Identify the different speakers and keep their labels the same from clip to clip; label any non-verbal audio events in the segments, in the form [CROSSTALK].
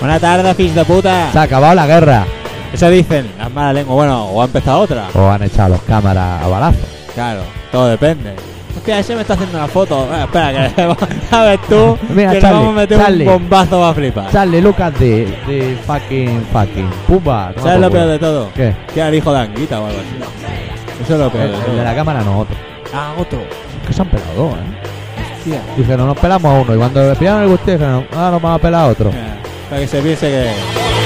Speaker 1: Bona tarda, fills de puta.
Speaker 2: Se ha acabado la guerra.
Speaker 1: Eso dicen las malas lenguas. Bueno, o ha empezado otra.
Speaker 2: O han echado los cámaras a balazo.
Speaker 1: Claro, todo depende. Hostia, ese me está haciendo una foto. Bueno, espera, que [LAUGHS] a ver tú.
Speaker 2: Mira,
Speaker 1: que nos
Speaker 2: Charlie,
Speaker 1: vamos a meter
Speaker 2: Charlie.
Speaker 1: un bombazo va a flipar.
Speaker 2: Charlie Lucas de, de fucking fucking. Pumba. toma
Speaker 1: ¿Sabes
Speaker 2: por
Speaker 1: lo peor
Speaker 2: culo.
Speaker 1: de todo?
Speaker 2: ¿Qué?
Speaker 1: Que era el hijo de Anguita o algo así. Eso es lo peor
Speaker 2: El,
Speaker 1: de
Speaker 2: el de
Speaker 1: todo.
Speaker 2: la cámara no, otro.
Speaker 1: Ah, otro.
Speaker 2: Es que se han pelado dos, ¿eh?
Speaker 1: Hostia.
Speaker 2: Dijeron, nos pelamos a uno. Y cuando le pillaron el gusteo, dijeron, ah, nos vamos a pelar a otro.
Speaker 1: Mira, Para que se piense que.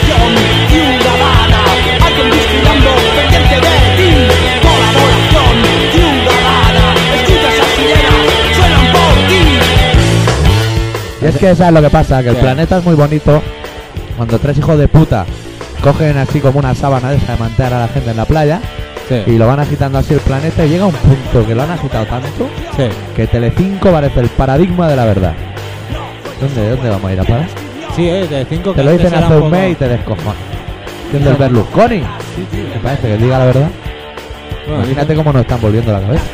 Speaker 3: y una bala. Alguien vigilando, pendiente de ti. Colaboración y una bala. Escucha esas sirenas, suenan por ti.
Speaker 2: Y es que sabes lo que pasa, que el
Speaker 1: ¿Qué?
Speaker 2: planeta es muy bonito cuando tres hijos de puta cogen así como una sábana de esa de mantear a la gente en la playa
Speaker 1: Sí,
Speaker 2: y lo van agitando así el planeta y llega un punto que lo han agitado tanto
Speaker 1: sí.
Speaker 2: que Telecinco parece el paradigma de la verdad. ¿Dónde, dónde vamos a ir a parar?
Speaker 1: Sí, eh, de 5
Speaker 2: Te lo dicen hace un mes y te descojonas. ¿Entiendes el Berlusconi? Me parece que diga la verdad. Imagínate cómo nos están volviendo la cabeza.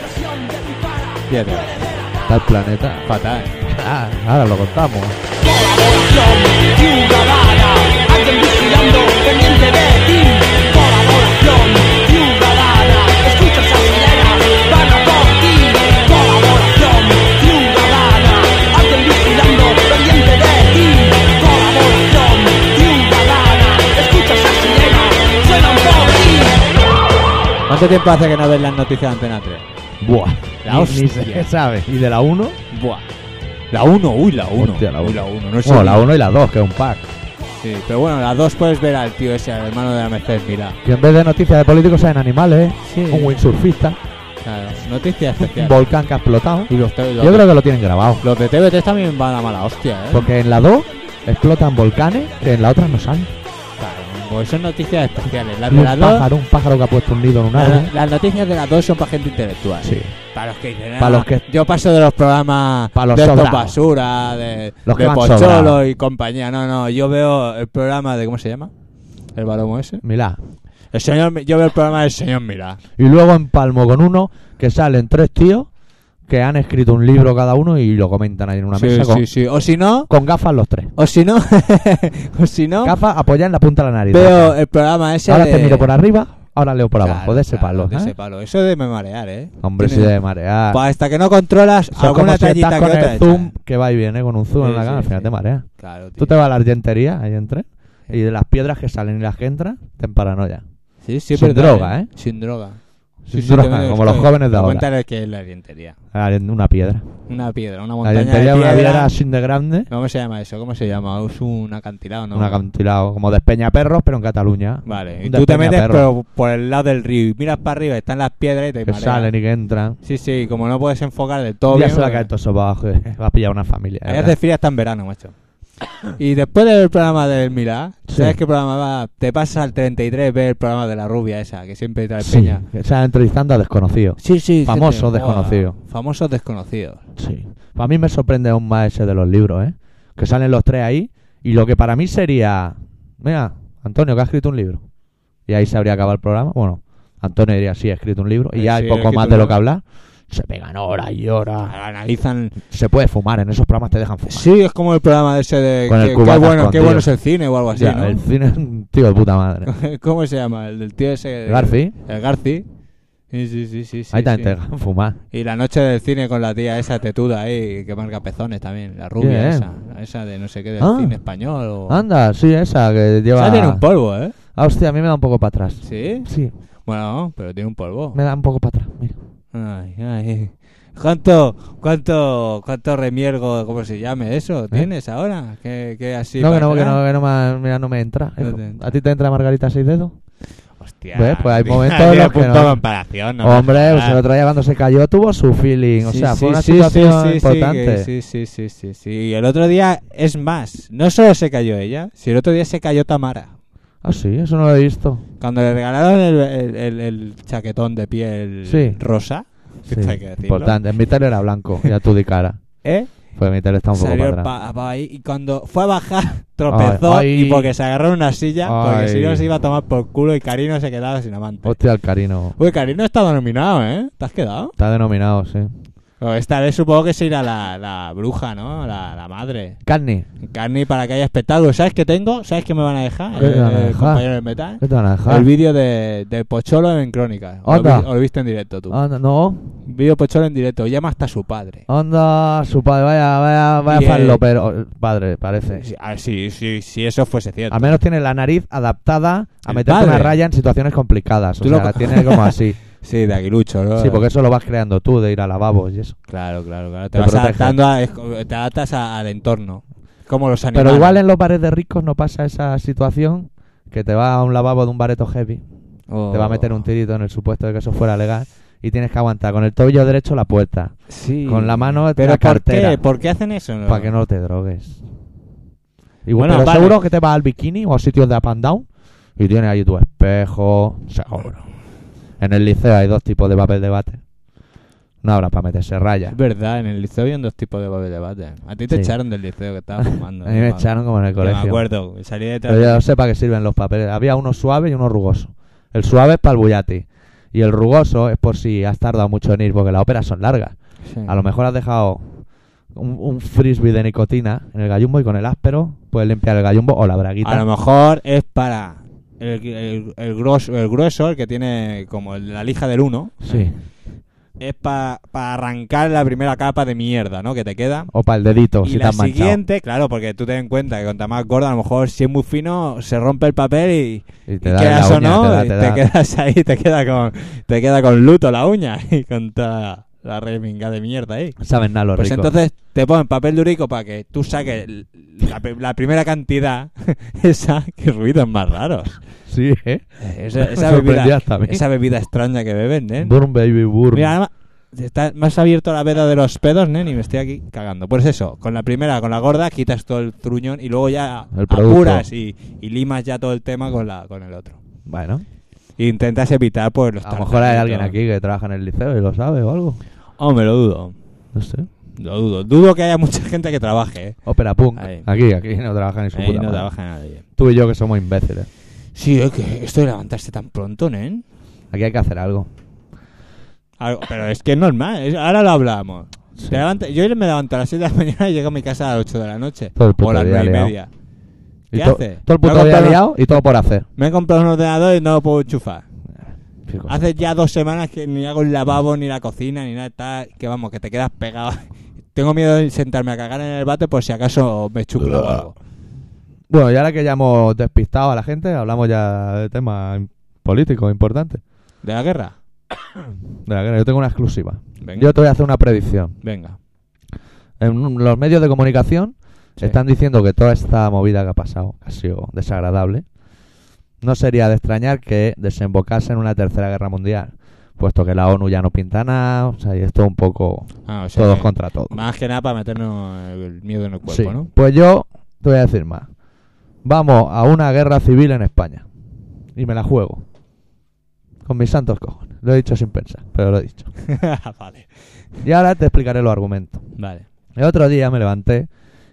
Speaker 2: Está el planeta.
Speaker 1: Fatal.
Speaker 2: [LAUGHS] Ah, ahora lo contamos.
Speaker 3: Colaboración y una bala. Alguien vigilando, pendiente de ti. Colaboración y una bala. Escucha esas sirenas, van a por ti. Colaboración y una bala. Alguien vigilando, pendiente de ti. Colaboración y una bala. Escucha esas sirenas, suenan por ti.
Speaker 1: ¿Cuánto tiempo hace que no ves las noticias de Antena 3?
Speaker 2: Buah.
Speaker 1: La
Speaker 2: Ni- ni
Speaker 1: hostia.
Speaker 2: se sabe. ¿Y de la 1?
Speaker 1: Buah. La 1, uy, la 1.
Speaker 2: Hostia, la
Speaker 1: Uy,
Speaker 2: uno.
Speaker 1: la 1, no sé.
Speaker 2: Bueno, la 1 y la 2, que es un pack.
Speaker 1: Sí, pero bueno, la 2 puedes ver al tío ese, al hermano de la Mercedes Milá.
Speaker 2: Que en vez de noticias de políticos sean animales, ¿eh?
Speaker 1: Sí.
Speaker 2: un windsurfista,
Speaker 1: Claro, noticia
Speaker 2: un
Speaker 1: especial.
Speaker 2: volcán que ha explotado.
Speaker 1: Y los, te- los-
Speaker 2: Yo creo que lo tienen grabado.
Speaker 1: los de TV3 también van a mala hostia, ¿eh?
Speaker 2: Porque en la 2 explotan volcanes que en la otra no salen.
Speaker 1: Claro, pues son noticias especiales. Las
Speaker 2: Y
Speaker 1: de
Speaker 2: un
Speaker 1: la 2...
Speaker 2: pájaro, un pájaro que ha puesto un nido en un árbol.
Speaker 1: Las, noticias de la 2 son para gente intelectual.
Speaker 2: Sí.
Speaker 1: Para los que dicen,
Speaker 2: Para
Speaker 1: "Ah,
Speaker 2: los que-
Speaker 1: Yo paso de los programas
Speaker 2: Para los
Speaker 1: de estos
Speaker 2: sobraos.
Speaker 1: basura, de,
Speaker 2: Los que
Speaker 1: de
Speaker 2: van
Speaker 1: Pocholo
Speaker 2: sobraos.
Speaker 1: y compañía. No, no, yo veo el programa de... ¿Cómo se llama? ¿El balomo ese?
Speaker 2: Mirá.
Speaker 1: El señor, Mi- yo veo el programa del señor Mira.
Speaker 2: Y luego empalmo con uno que salen tres tíos que han escrito un libro cada uno y lo comentan ahí en una
Speaker 1: Sí,
Speaker 2: mesa con,
Speaker 1: sí, sí. O si no...
Speaker 2: con gafas los tres.
Speaker 1: O si no... [LAUGHS] o si no...
Speaker 2: Gafas apoyan la punta de la nariz.
Speaker 1: Veo el programa ese
Speaker 2: ahora
Speaker 1: de...
Speaker 2: te miro por arriba, ahora leo por
Speaker 1: Claro,
Speaker 2: abajo, de ese
Speaker 1: claro,
Speaker 2: palo.
Speaker 1: de
Speaker 2: ¿eh?
Speaker 1: ese palo. Eso de me marear, ¿eh?
Speaker 2: Hombre, sí
Speaker 1: Tiene-
Speaker 2: de marear.
Speaker 1: Pues hasta que no controlas
Speaker 2: Eso es
Speaker 1: alguna
Speaker 2: como si
Speaker 1: tallita
Speaker 2: estás
Speaker 1: que
Speaker 2: con
Speaker 1: otra.
Speaker 2: el
Speaker 1: echas.
Speaker 2: zoom, que va y viene con un zoom
Speaker 1: Sí,
Speaker 2: en una
Speaker 1: sí,
Speaker 2: cámara, al final
Speaker 1: sí.
Speaker 2: te marea.
Speaker 1: Claro, tío.
Speaker 2: Tú te vas a la argentería, ahí entre, y de las piedras que salen y las que entran, te en paranoia.
Speaker 1: Sí, sí, es
Speaker 2: sin
Speaker 1: verdad,
Speaker 2: droga, ¿eh?
Speaker 1: Sin droga.
Speaker 2: Sin droga, como los jóvenes de ahora.
Speaker 1: Cuéntale que es la dientería.
Speaker 2: Ah, en Una piedra.
Speaker 1: Una piedra, una
Speaker 2: La
Speaker 1: montaña de
Speaker 2: argentería es una
Speaker 1: piedra.
Speaker 2: piedra sin de grande,
Speaker 1: ¿Cómo se llama eso? ¿Cómo se llama? Es un acantilado, ¿no?
Speaker 2: un acantilado, como despeñaperros, pero en Cataluña.
Speaker 1: Vale,
Speaker 2: Un
Speaker 1: y tú te metes
Speaker 2: despeñaperros.
Speaker 1: pero por el lado del río y miras para arriba, están las piedras y te
Speaker 2: Que
Speaker 1: mareas.
Speaker 2: salen y que entran.
Speaker 1: Sí, sí, como no puedes enfocar del todo
Speaker 2: ya
Speaker 1: bien,
Speaker 2: se va a
Speaker 1: porque-
Speaker 2: caer todo eso abajo, eh. va a pillar una familia. de
Speaker 1: Allá
Speaker 2: verdad.
Speaker 1: de frío hasta en verano, macho. Y después del programa del Milá,
Speaker 2: Sí.
Speaker 1: ¿sabes qué programa va? Te pasas al 33 ver el programa de la rubia esa, que siempre trae
Speaker 2: Sí,
Speaker 1: peña.
Speaker 2: que se van entrevistando a desconocidos.
Speaker 1: Sí, sí.
Speaker 2: Famosos
Speaker 1: gente,
Speaker 2: desconocidos.
Speaker 1: joda, Famosos desconocidos.
Speaker 2: Sí. Para mí me sorprende aún más ese de los libros, ¿eh? Que salen los tres ahí y lo que para mí sería... Mira, Antonio, que ha escrito un libro. Y ahí se habría acabado el programa. Bueno, Antonio diría, sí, ha escrito un libro.
Speaker 1: Eh,
Speaker 2: Y ya
Speaker 1: sí,
Speaker 2: hay
Speaker 1: he
Speaker 2: poco
Speaker 1: escrito
Speaker 2: más
Speaker 1: un
Speaker 2: de lo
Speaker 1: libro.
Speaker 2: que hablar. Se pegan horas y horas.
Speaker 1: Ahora Analizan.
Speaker 2: Se puede fumar, en esos programas te dejan fumar.
Speaker 1: Sí, es como el programa ese de.
Speaker 2: Con el
Speaker 1: que- qué,
Speaker 2: cubata
Speaker 1: bueno, qué
Speaker 2: escondido.
Speaker 1: bueno es el cine o algo así,
Speaker 2: Ya,
Speaker 1: ¿no?
Speaker 2: El cine es un tío de puta madre.
Speaker 1: [LAUGHS] ¿Cómo se llama? El del tío ese. de-
Speaker 2: Garci.
Speaker 1: El Garci. Sí, sí, sí. [LAUGHS] sí, sí,
Speaker 2: ahí también
Speaker 1: sí.
Speaker 2: te dejan fumar.
Speaker 1: Y la noche del cine con la tía esa tetuda ahí, que marca pezones también, la rubia
Speaker 2: Bien.
Speaker 1: esa. Esa de no sé qué, del
Speaker 2: Ah.
Speaker 1: cine español o.
Speaker 2: Anda, sí, esa que lleva...
Speaker 1: Oh. Esa tiene un polvo, ¿eh?
Speaker 2: Ah, hostia, a mí me da un poco para atrás.
Speaker 1: ¿Sí?
Speaker 2: Sí,
Speaker 1: Bueno, pero tiene un polvo.
Speaker 2: me da un poco para atrás. Mira.
Speaker 1: Ay, ay. ¿Cuánto, cuánto, cuánto remiergo, cómo se llame eso, tienes ahora? ¿Qué, qué así?
Speaker 2: ¿Eh? no, que
Speaker 1: para
Speaker 2: no, que
Speaker 1: atrás?
Speaker 2: no, que no me, mira, no me entra.
Speaker 1: No te entra.
Speaker 2: ¿A ti te entra Margarita seis dedos?
Speaker 1: Hostia.
Speaker 2: ¿Ves? Pues hay
Speaker 1: tío, [LAUGHS]
Speaker 2: momentos
Speaker 1: tío,
Speaker 2: en los que
Speaker 1: punto
Speaker 2: no.
Speaker 1: de comparación, no me
Speaker 2: Hombre, pues
Speaker 1: jodas.
Speaker 2: el otro día cuando se cayó tuvo su feeling. O
Speaker 1: Sí,
Speaker 2: sea,
Speaker 1: sí,
Speaker 2: fue una
Speaker 1: sí,
Speaker 2: situación
Speaker 1: sí, sí,
Speaker 2: importante.
Speaker 1: Sí, sí, sí, sí, sí. Y el otro día, es más, no solo se cayó ella, si el otro día se cayó Tamara.
Speaker 2: Ah, sí, eso no lo he visto.
Speaker 1: Cuando le regalaron el, el- el- el chaquetón de piel
Speaker 2: Sí.
Speaker 1: rosa, que
Speaker 2: Sí,
Speaker 1: esto hay que decirlo,
Speaker 2: importante. En mi tele era blanco, ya tú di cara.
Speaker 1: ¿eh?
Speaker 2: Pues mi tele está un poco
Speaker 1: Salió
Speaker 2: para
Speaker 1: el
Speaker 2: atrás.
Speaker 1: pa- pa- ahí y cuando fue a bajar [LAUGHS] tropezó
Speaker 2: Ay, ay.
Speaker 1: y porque se agarró en una silla, porque
Speaker 2: Ay.
Speaker 1: si no se iba a tomar por culo y Carino se quedaba sin amante.
Speaker 2: Hostia, el Carino.
Speaker 1: Uy, Carino está nominado, ¿eh? ¿Te has quedado?
Speaker 2: Está denominado, sí.
Speaker 1: Pero Esta vez supongo que se irá la, la bruja, ¿no? La, la madre.
Speaker 2: Carni,
Speaker 1: Carni para que haya espectáculo. ¿Sabes qué tengo? ¿Sabes qué me van a dejar?
Speaker 2: ¿Qué te van a
Speaker 1: Eh,
Speaker 2: dejar?
Speaker 1: compañero de metal.
Speaker 2: ¿qué te van a dejar?
Speaker 1: El vídeo de, de Pocholo en Crónica. O lo,
Speaker 2: Anda. Ah,
Speaker 1: vi- o lo viste en directo tú.
Speaker 2: Anda, no,
Speaker 1: Vídeo Pocholo en directo. Llama hasta su padre.
Speaker 2: Ah, anda, su padre, vaya, vaya,
Speaker 1: Y el-
Speaker 2: vaya farlopero. Padre, parece.
Speaker 1: Sí, ah, sí, sí, si eso fuese cierto.
Speaker 2: Al menos tiene la nariz adaptada a
Speaker 1: El
Speaker 2: meterte
Speaker 1: padre.
Speaker 2: una raya en situaciones complicadas. O
Speaker 1: Tú lo
Speaker 2: sea,
Speaker 1: co-
Speaker 2: la tiene
Speaker 1: [LAUGHS]
Speaker 2: como así.
Speaker 1: Sí, de aguilucho, ¿no?
Speaker 2: Sí, porque eso lo vas creando tú, de ir a lavabos y eso.
Speaker 1: Claro, claro, claro. Te,
Speaker 2: Te
Speaker 1: vas
Speaker 2: protege.
Speaker 1: adaptando a- es co- te adaptas a- al entorno. Como los animales.
Speaker 2: Pero igual en los bares de ricos no pasa esa situación que te va a un lavabo de un bareto heavy,
Speaker 1: O-
Speaker 2: te va a meter un tirito en el supuesto de que eso fuera legal y tienes que aguantar con el tobillo derecho la puerta,
Speaker 1: Sí.
Speaker 2: con la mano
Speaker 1: ¿Pero
Speaker 2: la
Speaker 1: por
Speaker 2: cartera,
Speaker 1: qué? ¿Por qué hacen eso?
Speaker 2: para que no te drogues. Y
Speaker 1: Bueno,
Speaker 2: bueno, pero
Speaker 1: vale.
Speaker 2: seguro que te vas al bikini o a sitios de up and down y tienes ahí tu espejo, seguro. En el liceo hay dos tipos de papel de bate. No habrá para meterse raya.
Speaker 1: Es verdad, en el liceo había dos tipos de papel de bate. A ti te
Speaker 2: Sí.
Speaker 1: echaron del liceo que estabas fumando.
Speaker 2: [LAUGHS] A mí me
Speaker 1: ¿no?
Speaker 2: echaron como en el
Speaker 1: Yo Me
Speaker 2: colegio.
Speaker 1: acuerdo, salí de
Speaker 2: Pero yo no sé para qué sirven los papeles. Había uno suave y uno rugoso. El suave es para el bullati. Y el rugoso es por si has tardado mucho en ir, porque las óperas son largas.
Speaker 1: Sí.
Speaker 2: A lo mejor has dejado un, un frisbee de nicotina en el gallumbo y con el áspero puedes limpiar el gallumbo o la
Speaker 1: A lo
Speaker 2: braguita.
Speaker 1: mejor es para el, el, el grueso, el grueso, el que tiene como el- la lija del 1,
Speaker 2: Sí.
Speaker 1: es para arrancar la primera capa de mierda, ¿no? Que te queda.
Speaker 2: O para el dedito,
Speaker 1: y
Speaker 2: si te
Speaker 1: la
Speaker 2: has manchado.
Speaker 1: siguiente, claro, porque tú ten en cuenta que cuanta más gorda, a lo mejor si es muy fino, se rompe el papel y,
Speaker 2: Y
Speaker 1: y
Speaker 2: te da en
Speaker 1: quedas
Speaker 2: la
Speaker 1: o
Speaker 2: uña,
Speaker 1: no,
Speaker 2: te da,
Speaker 1: y
Speaker 2: te da.
Speaker 1: quedas ahí, te queda con te queda con luto la uña [LAUGHS] y con toda la reminga de mierda ahí.
Speaker 2: Saben nada los
Speaker 1: Pues
Speaker 2: ricos.
Speaker 1: entonces te ponen papel durico para que tú saques l- la, pe- la primera cantidad, [LAUGHS] esa, que ruidos más raros.
Speaker 2: Sí, ¿eh?
Speaker 1: Esa,
Speaker 2: Me
Speaker 1: esa
Speaker 2: sorprendió
Speaker 1: bebida,
Speaker 2: hasta a mí.
Speaker 1: esa bebida extraña que beben, ¿eh?
Speaker 2: Burn, baby, burn.
Speaker 1: Mira, además, está- me has abierto la veda de los pedos, nen, y me estoy aquí cagando. Pues eso, con la primera, con la gorda, quitas todo el truñón y luego ya
Speaker 2: El producto.
Speaker 1: apuras y, y limas ya todo el tema con la con el otro.
Speaker 2: Bueno,
Speaker 1: E intentas evitar pues los
Speaker 2: a lo mejor hay
Speaker 1: tartamudeos.
Speaker 2: alguien aquí que trabaja en el liceo y lo sabe o algo.
Speaker 1: Oh, me lo dudo.
Speaker 2: No sé.
Speaker 1: Lo dudo. Dudo que haya mucha gente que trabaje, ¿eh?
Speaker 2: Ópera punk.
Speaker 1: Ahí.
Speaker 2: Aquí, aquí no trabaja ni su
Speaker 1: Ahí
Speaker 2: puta
Speaker 1: no
Speaker 2: madre.
Speaker 1: trabaja nadie.
Speaker 2: Tú y yo que somos imbéciles.
Speaker 1: Sí, es que esto de levantarse tan pronto, nen.
Speaker 2: Aquí hay que hacer algo.
Speaker 1: Algo- Pero es que es normal, es- ahora lo hablamos.
Speaker 2: Sí.
Speaker 1: Te levanta- yo me levanto a las 7 de la mañana y llego a mi casa a las 8 de la noche.
Speaker 2: Todo el puto
Speaker 1: o a las
Speaker 2: día
Speaker 1: 9 y
Speaker 2: liado.
Speaker 1: media.
Speaker 2: Y
Speaker 1: ¿Qué
Speaker 2: to-
Speaker 1: hace?
Speaker 2: Todo el
Speaker 1: Me
Speaker 2: puto
Speaker 1: ha
Speaker 2: día
Speaker 1: comprado-
Speaker 2: liado y todo por hacer.
Speaker 1: Me he comprado un ordenador y no lo puedo enchufar.
Speaker 2: Qué cosa.
Speaker 1: Hace ya dos semanas que ni hago el lavabo, ni la cocina, ni nada. Está, que vamos, que te quedas pegado. [LAUGHS] Tengo miedo de sentarme a cagar en el bate por si acaso me chuplo o algo.
Speaker 2: Bueno, y ahora que ya hemos despistado a la gente, hablamos ya de temas im- políticos importantes.
Speaker 1: ¿De la guerra?
Speaker 2: De la guerra. Yo tengo una exclusiva.
Speaker 1: Venga.
Speaker 2: Yo te voy a hacer una predicción.
Speaker 1: Venga.
Speaker 2: En un- los medios de comunicación
Speaker 1: Sí.
Speaker 2: están diciendo que toda esta movida que ha pasado que ha sido desagradable. No sería de extrañar que desembocase en una tercera guerra mundial, puesto que la ONU ya no pinta nada, o sea, y esto un poco
Speaker 1: Ah, o sea,
Speaker 2: todos
Speaker 1: que
Speaker 2: contra todos.
Speaker 1: Más que nada para meternos el miedo en el cuerpo,
Speaker 2: Sí.
Speaker 1: ¿no? [LAUGHS]
Speaker 2: Pues yo te voy a decir más. Vamos a una guerra civil en España. Y me la juego. Con mis santos cojones. Lo he dicho sin pensar, pero lo he dicho.
Speaker 1: vale.
Speaker 2: Y ahora te explicaré los argumentos.
Speaker 1: Vale.
Speaker 2: El otro día me levanté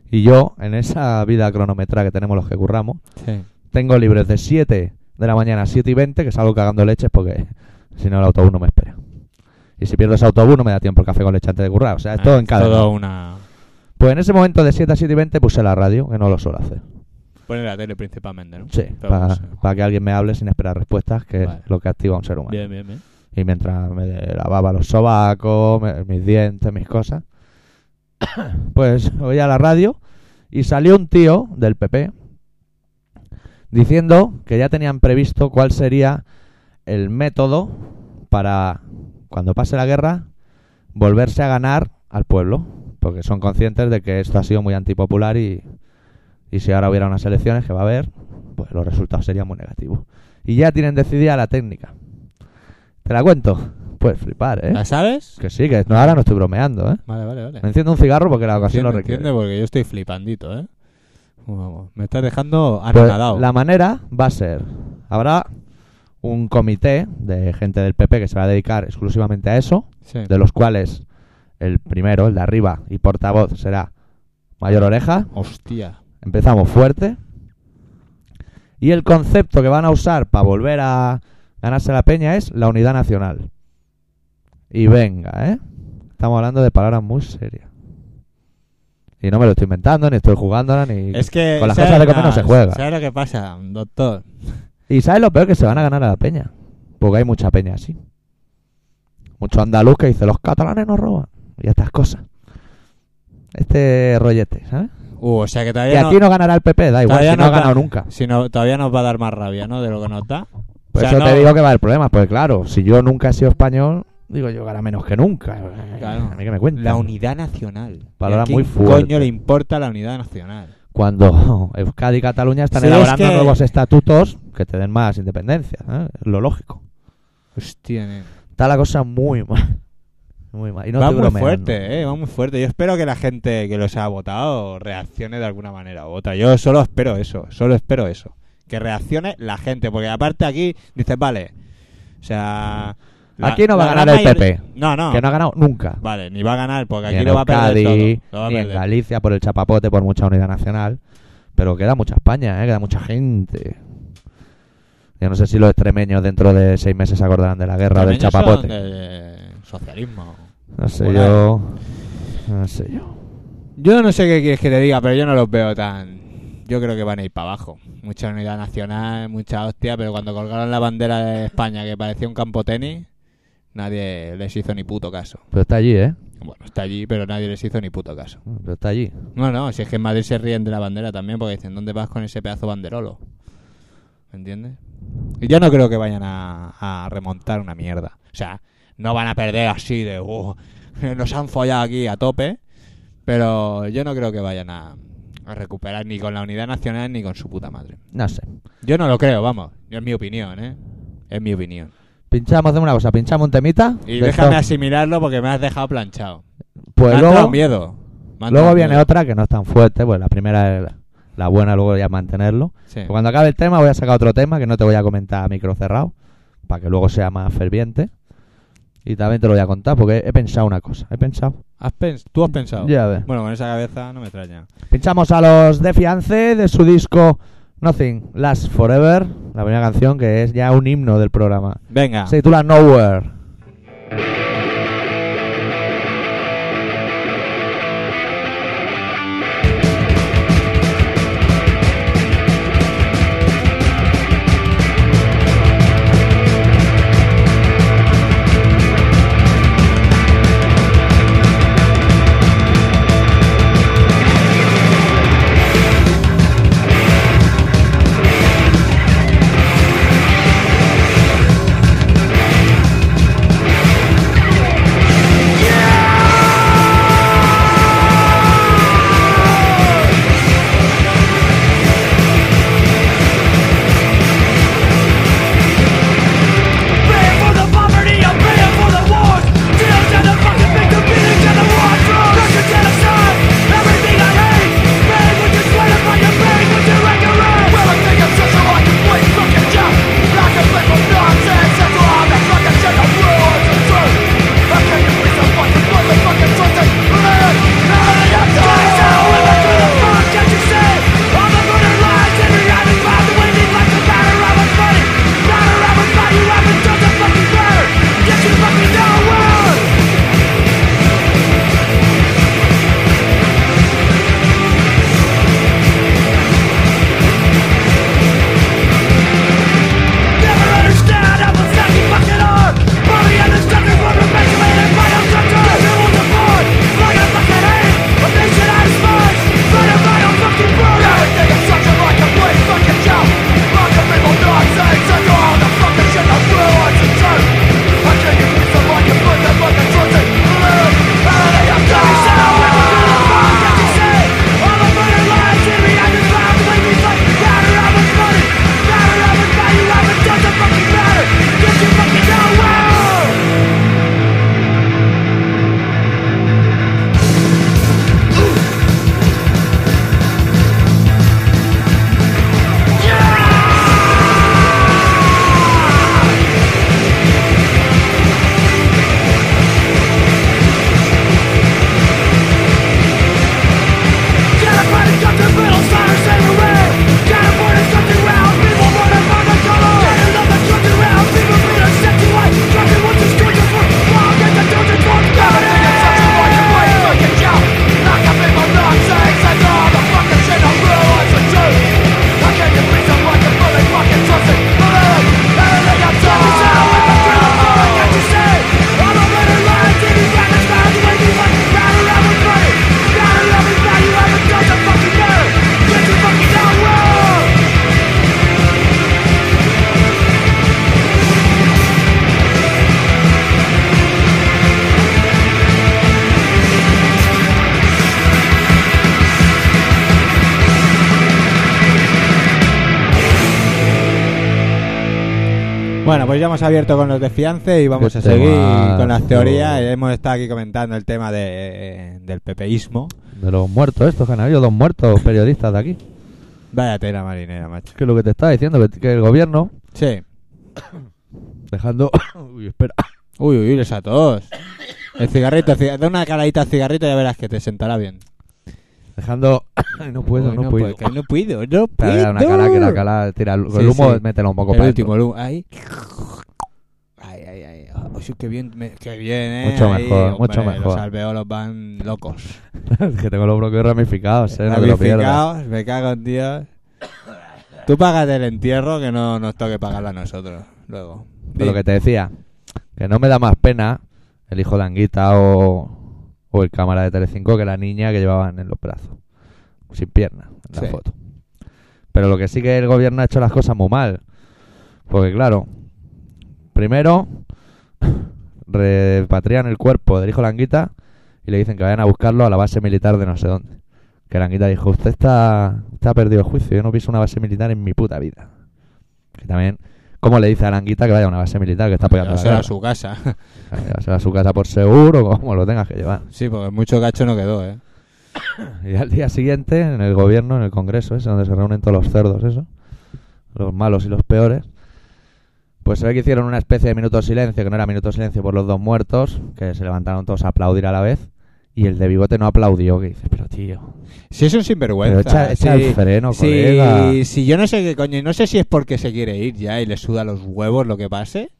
Speaker 2: y yo, en esa vida cronometrada que tenemos los que curramos,
Speaker 1: Sí.
Speaker 2: tengo libres de 7 de la mañana a 7 y 20, que salgo cagando leches porque [LAUGHS] si no el autobús no me espera. Y si pierdo ese autobús no me da tiempo el café con leche antes de currar. O sea, es
Speaker 1: Ah,
Speaker 2: todo en cada.
Speaker 1: Todo una.
Speaker 2: Pues en ese momento de 7 a 7 y 20 puse la radio, que no lo suelo hacer.
Speaker 1: Poner la tele principalmente, ¿no?
Speaker 2: Sí,
Speaker 1: Pero
Speaker 2: para
Speaker 1: no sé.
Speaker 2: que alguien me hable sin esperar respuestas, que
Speaker 1: Vale.
Speaker 2: es lo que activa a un ser humano.
Speaker 1: Bien, bien, bien.
Speaker 2: Y mientras me lavaba los sobacos, me- mis dientes, mis cosas, pues oía la radio y salió un tío del PP diciendo que ya tenían previsto cuál sería el método para, cuando pase la guerra, volverse a ganar al pueblo. Porque son conscientes de que esto ha sido muy antipopular y, y si ahora hubiera unas elecciones que va a haber, pues los resultados serían muy negativos. Y ya tienen decidida la técnica. ¿Te la cuento? Pues flipar, ¿eh?
Speaker 1: ¿La sabes?
Speaker 2: Que sí, que no, ahora no estoy bromeando, ¿eh?
Speaker 1: Vale, vale, vale.
Speaker 2: Me enciendo un cigarro porque la ocasión lo requiere.
Speaker 1: entiende porque yo estoy flipandito, ¿eh? Vamos, me estás dejando
Speaker 2: Pues,
Speaker 1: anonadado.
Speaker 2: la manera va a ser, habrá un comité de gente del PP que se va a dedicar exclusivamente a eso,
Speaker 1: Sí.
Speaker 2: de los cuales el primero, el de arriba y portavoz será Mayor Oreja.
Speaker 1: Hostia.
Speaker 2: Empezamos fuerte. Y el concepto que van a usar para volver a ganarse la peña es la unidad nacional. Y venga, ¿eh? Estamos hablando de palabras muy serias. Y no me lo estoy inventando, ni estoy jugándola, ni...
Speaker 1: Es que.
Speaker 2: con las
Speaker 1: ¿sabes?
Speaker 2: cosas de comer no se juega.
Speaker 1: ¿Sabes lo que pasa, doctor?
Speaker 2: Y ¿sabes lo peor? Que se van a ganar a la peña. Porque hay mucha peña así. Mucho andaluz que dice, los catalanes nos roban. Y estas cosas. Este rollete, ¿sabes?
Speaker 1: Uh, o sea que
Speaker 2: Y
Speaker 1: todavía.
Speaker 2: aquí
Speaker 1: no,
Speaker 2: no ganará el PP, da igual,
Speaker 1: todavía
Speaker 2: si no ha
Speaker 1: nos da-
Speaker 2: ganado nunca.
Speaker 1: si no- todavía nos va a dar más rabia, ¿no? De lo que nos da.
Speaker 2: Por
Speaker 1: O sea,
Speaker 2: eso te
Speaker 1: no-
Speaker 2: digo que va a haber problemas, porque claro, si yo nunca he sido español, digo yo gana menos que nunca.
Speaker 1: Claro.
Speaker 2: A mí que me cuentan.
Speaker 1: La unidad nacional. ¿Y
Speaker 2: Palabra
Speaker 1: a quién
Speaker 2: muy fuerte.
Speaker 1: coño le importa la unidad nacional?
Speaker 2: Cuando [LAUGHS] Euskadi y Cataluña están
Speaker 1: Sí, es
Speaker 2: elaborando
Speaker 1: que-
Speaker 2: nuevos estatutos que te den más independencia, ¿eh? Es lo lógico.
Speaker 1: Hostia, nen.
Speaker 2: Está la cosa muy [LAUGHS] mal. Muy mal. Y no
Speaker 1: va
Speaker 2: estoy
Speaker 1: muy
Speaker 2: bromeando.
Speaker 1: fuerte, eh, va muy fuerte. Yo espero que la gente que los ha votado reaccione de alguna manera u otra. Yo solo espero eso, solo espero eso. Que reaccione la gente, porque aparte aquí dices, vale, o sea...
Speaker 2: Aquí no va a
Speaker 1: gran
Speaker 2: ganar el
Speaker 1: mayoría-
Speaker 2: PP,
Speaker 1: No, no.
Speaker 2: Que no ha ganado nunca.
Speaker 1: Vale, ni va a ganar, porque
Speaker 2: ni
Speaker 1: aquí
Speaker 2: en
Speaker 1: lo va a perder
Speaker 2: Euskadi,
Speaker 1: todo. Lo va a
Speaker 2: ni en
Speaker 1: perder.
Speaker 2: Galicia por el chapapote, por mucha unidad nacional. Pero queda mucha España, ¿eh? queda mucha gente. Yo no sé si los extremeños dentro de seis meses se acordarán de la guerra del
Speaker 1: También son
Speaker 2: chapapote.
Speaker 1: de socialismo.
Speaker 2: No sé
Speaker 1: Bueno,
Speaker 2: yo. No sé yo.
Speaker 1: Yo no sé qué quieres que te diga, pero yo no los veo tan... Yo creo que van a ir para abajo. Mucha unidad nacional, mucha hostia, pero cuando colgaron la bandera de España que parecía un campo tenis, nadie les hizo ni puto caso.
Speaker 2: Pero está allí, ¿eh?
Speaker 1: Bueno, está allí, pero nadie les hizo ni puto caso.
Speaker 2: Pero está allí.
Speaker 1: No, no, si es que en Madrid se ríen de la bandera también porque dicen, ¿dónde vas con ese pedazo banderolo? ¿Me entiendes? Y yo no creo que vayan a, a remontar una mierda. O sea, no van a perder así de, "Uh, nos han follado aquí a tope, pero yo no creo que vayan a, a recuperar ni con la unidad nacional ni con su puta madre.
Speaker 2: No sé.
Speaker 1: Yo no lo creo, vamos. Es mi opinión, ¿eh? Es mi opinión.
Speaker 2: Pinchamos, hacemos una cosa. Pinchamos un temita.
Speaker 1: Y
Speaker 2: de
Speaker 1: déjame
Speaker 2: esto.
Speaker 1: asimilarlo porque me has dejado planchado. me
Speaker 2: Pues
Speaker 1: ha
Speaker 2: luego,
Speaker 1: entrado miedo. Me ha
Speaker 2: luego
Speaker 1: entrado
Speaker 2: viene
Speaker 1: miedo.
Speaker 2: otra que no es tan fuerte. Pues la primera es la- la buena, luego ya mantenerlo.
Speaker 1: Sí.
Speaker 2: Pues Cuando acabe el tema voy a sacar otro tema que no te voy a comentar a micro cerrado, para que luego sea más ferviente. Y también te lo voy a contar porque he pensado una cosa, he pensado.
Speaker 1: ¿Has pens- ¿Tú has pensado?
Speaker 2: Ya ves.
Speaker 1: Bueno, con esa cabeza no me extraña.
Speaker 2: Pinchamos a los de Fiance de su disco Nothing Last Forever, la primera canción que es ya un himno del programa.
Speaker 1: Venga.
Speaker 2: Se titula Nowhere.
Speaker 1: Bueno, pues ya hemos abierto con los desfiances y vamos
Speaker 2: Qué
Speaker 1: a seguir
Speaker 2: temazo.
Speaker 1: con las teorías. Hemos estado aquí comentando el tema de, eh, del pepeísmo.
Speaker 2: De los muertos estos, que han habido dos muertos periodistas de aquí.
Speaker 1: Vaya tela marinera, macho.
Speaker 2: Que lo que te estaba diciendo, que, que el gobierno,
Speaker 1: Sí.
Speaker 2: dejando... [COUGHS] Uy, espera.
Speaker 1: Uy, uy, uy, esa tos. El cigarrito, el ciga- da una caladita al cigarrito y ya verás que te sentará bien.
Speaker 2: Dejando... [COUGHS] Ay, no puedo,
Speaker 1: Uy,
Speaker 2: no,
Speaker 1: puedo,
Speaker 2: puedo.
Speaker 1: que no puedo, no
Speaker 2: [LAUGHS] Te voy a
Speaker 1: puedo.
Speaker 2: dar una cala que la cala tira el,
Speaker 1: Sí,
Speaker 2: el humo,
Speaker 1: sí.
Speaker 2: mételo un poco
Speaker 1: El
Speaker 2: para
Speaker 1: último,
Speaker 2: dentro.
Speaker 1: el humo. Ahí. Ay, ay, ay. Uy, sí, qué bien, me- qué bien, eh.
Speaker 2: Mucho
Speaker 1: Ahí,
Speaker 2: mejor,
Speaker 1: hombre,
Speaker 2: mucho mejor.
Speaker 1: Los alveolos van locos.
Speaker 2: [LAUGHS] Es que tengo los bloqueos ramificados, eh, no te lo pierdas.
Speaker 1: Ramificados, me cago en Dios. Tú págate el entierro que no nos toque pagarlo a nosotros. Luego.
Speaker 2: Pero lo que te decía, que no me da más pena el hijo de Anguita o, o el cámara de Telecinco que la niña que llevaban en los brazos, sin piernas, en
Speaker 1: Sí.
Speaker 2: la foto. Pero lo que sí que el gobierno ha hecho las cosas muy mal. Porque claro, primero repatrian el cuerpo del hijo de Anguita y le dicen que vayan a buscarlo a la base militar de no sé dónde. Que la Anguita dijo, usted está, usted ha perdido el juicio, yo no piso una base militar en mi puta vida. Que también, ¿cómo le dice a la Anguita que vaya a una base militar que está apoyando
Speaker 1: Va a
Speaker 2: la
Speaker 1: ser a
Speaker 2: guerra?
Speaker 1: su casa. [LAUGHS]
Speaker 2: Ya sea a su casa por seguro, como lo tengas que llevar.
Speaker 1: Sí, porque mucho cacho no quedó, ¿eh?
Speaker 2: Y al día siguiente, en el gobierno, en el Congreso, ese donde se reúnen todos los cerdos, eso, los malos y los peores, pues se ve que hicieron una especie de minuto de silencio, que no era minuto de silencio por los dos muertos, que se levantaron todos a aplaudir a la vez, y el de bigote no aplaudió, que dice, pero tío,
Speaker 1: Si es un
Speaker 2: pero
Speaker 1: sinvergüenza.
Speaker 2: echa, echa
Speaker 1: si,
Speaker 2: el freno,
Speaker 1: si-
Speaker 2: colega.
Speaker 1: si yo no sé qué coño, y no sé si es porque se quiere ir ya y le suda los huevos lo que pase,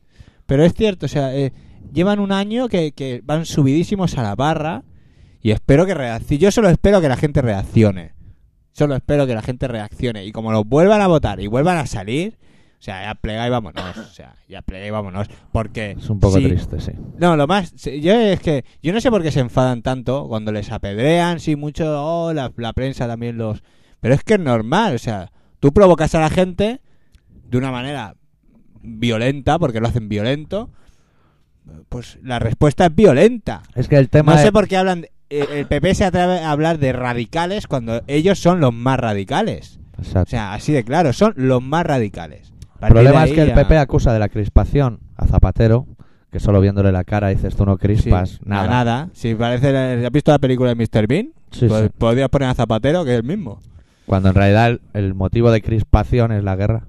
Speaker 1: pero es cierto, o sea, eh, llevan un año que, que van subidísimos a la barra y espero que reaccione. Yo solo espero que la gente reaccione. Solo espero que la gente reaccione. Y como los vuelvan a votar y vuelvan a salir, o sea, ya plega y vámonos. O sea, ya plega y vámonos. Porque
Speaker 2: Es un poco
Speaker 1: si-
Speaker 2: triste, sí.
Speaker 1: no, lo más. sí, Yo es que. Yo no sé por qué se enfadan tanto cuando les apedrean, sí, mucho. Oh, la, la prensa también los. Pero es que es normal, o sea, tú provocas a la gente de una manera violenta, porque lo hacen violento. Pues la respuesta es violenta.
Speaker 2: Es que el tema
Speaker 1: No
Speaker 2: es-
Speaker 1: sé por qué hablan. eh, El PP se atreve a hablar de radicales cuando ellos son los más radicales. O
Speaker 2: Exacto.
Speaker 1: sea, así de claro, son los más radicales. A
Speaker 2: El
Speaker 1: partir
Speaker 2: problema
Speaker 1: de
Speaker 2: es que
Speaker 1: ahí ya-
Speaker 2: el PP acusa de la crispación a Zapatero, que solo viéndole la cara dices, tú no
Speaker 1: Sí,
Speaker 2: crispas
Speaker 1: a nada. Si parece. la- ¿Has visto la película de Mr. Bean?
Speaker 2: Sí,
Speaker 1: pues
Speaker 2: sí.
Speaker 1: podrías poner a Zapatero, que es el mismo.
Speaker 2: Cuando en realidad el, el motivo de crispación es la guerra.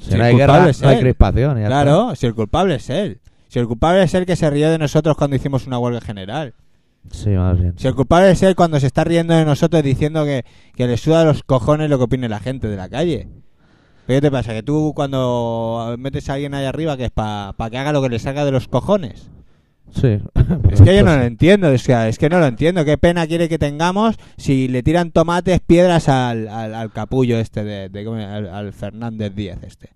Speaker 2: Si
Speaker 1: Sí,
Speaker 2: no hay
Speaker 1: culpable
Speaker 2: guerra,
Speaker 1: es
Speaker 2: no hay
Speaker 1: él.
Speaker 2: crispación. y ya
Speaker 1: claro, si el culpable es él. Si el culpable es el que se rió de nosotros cuando hicimos una huelga general.
Speaker 2: está. Sí, más bien.
Speaker 1: Si el culpable es él cuando se está riendo de nosotros diciendo que, que le suda los cojones lo que opine la gente de la calle. ¿Qué te pasa? ¿Que tú cuando metes a alguien ahí arriba que es para que haga lo que le salga de los cojones?
Speaker 2: Sí. [LAUGHS]
Speaker 1: Es que yo
Speaker 2: Pues
Speaker 1: no lo entiendo, o sea, es que no lo entiendo. ¿Qué pena quiere que tengamos si le tiran tomates, piedras al, al- al capullo este, de, de- ¿cómo se llama? al, al Fernández Díaz este?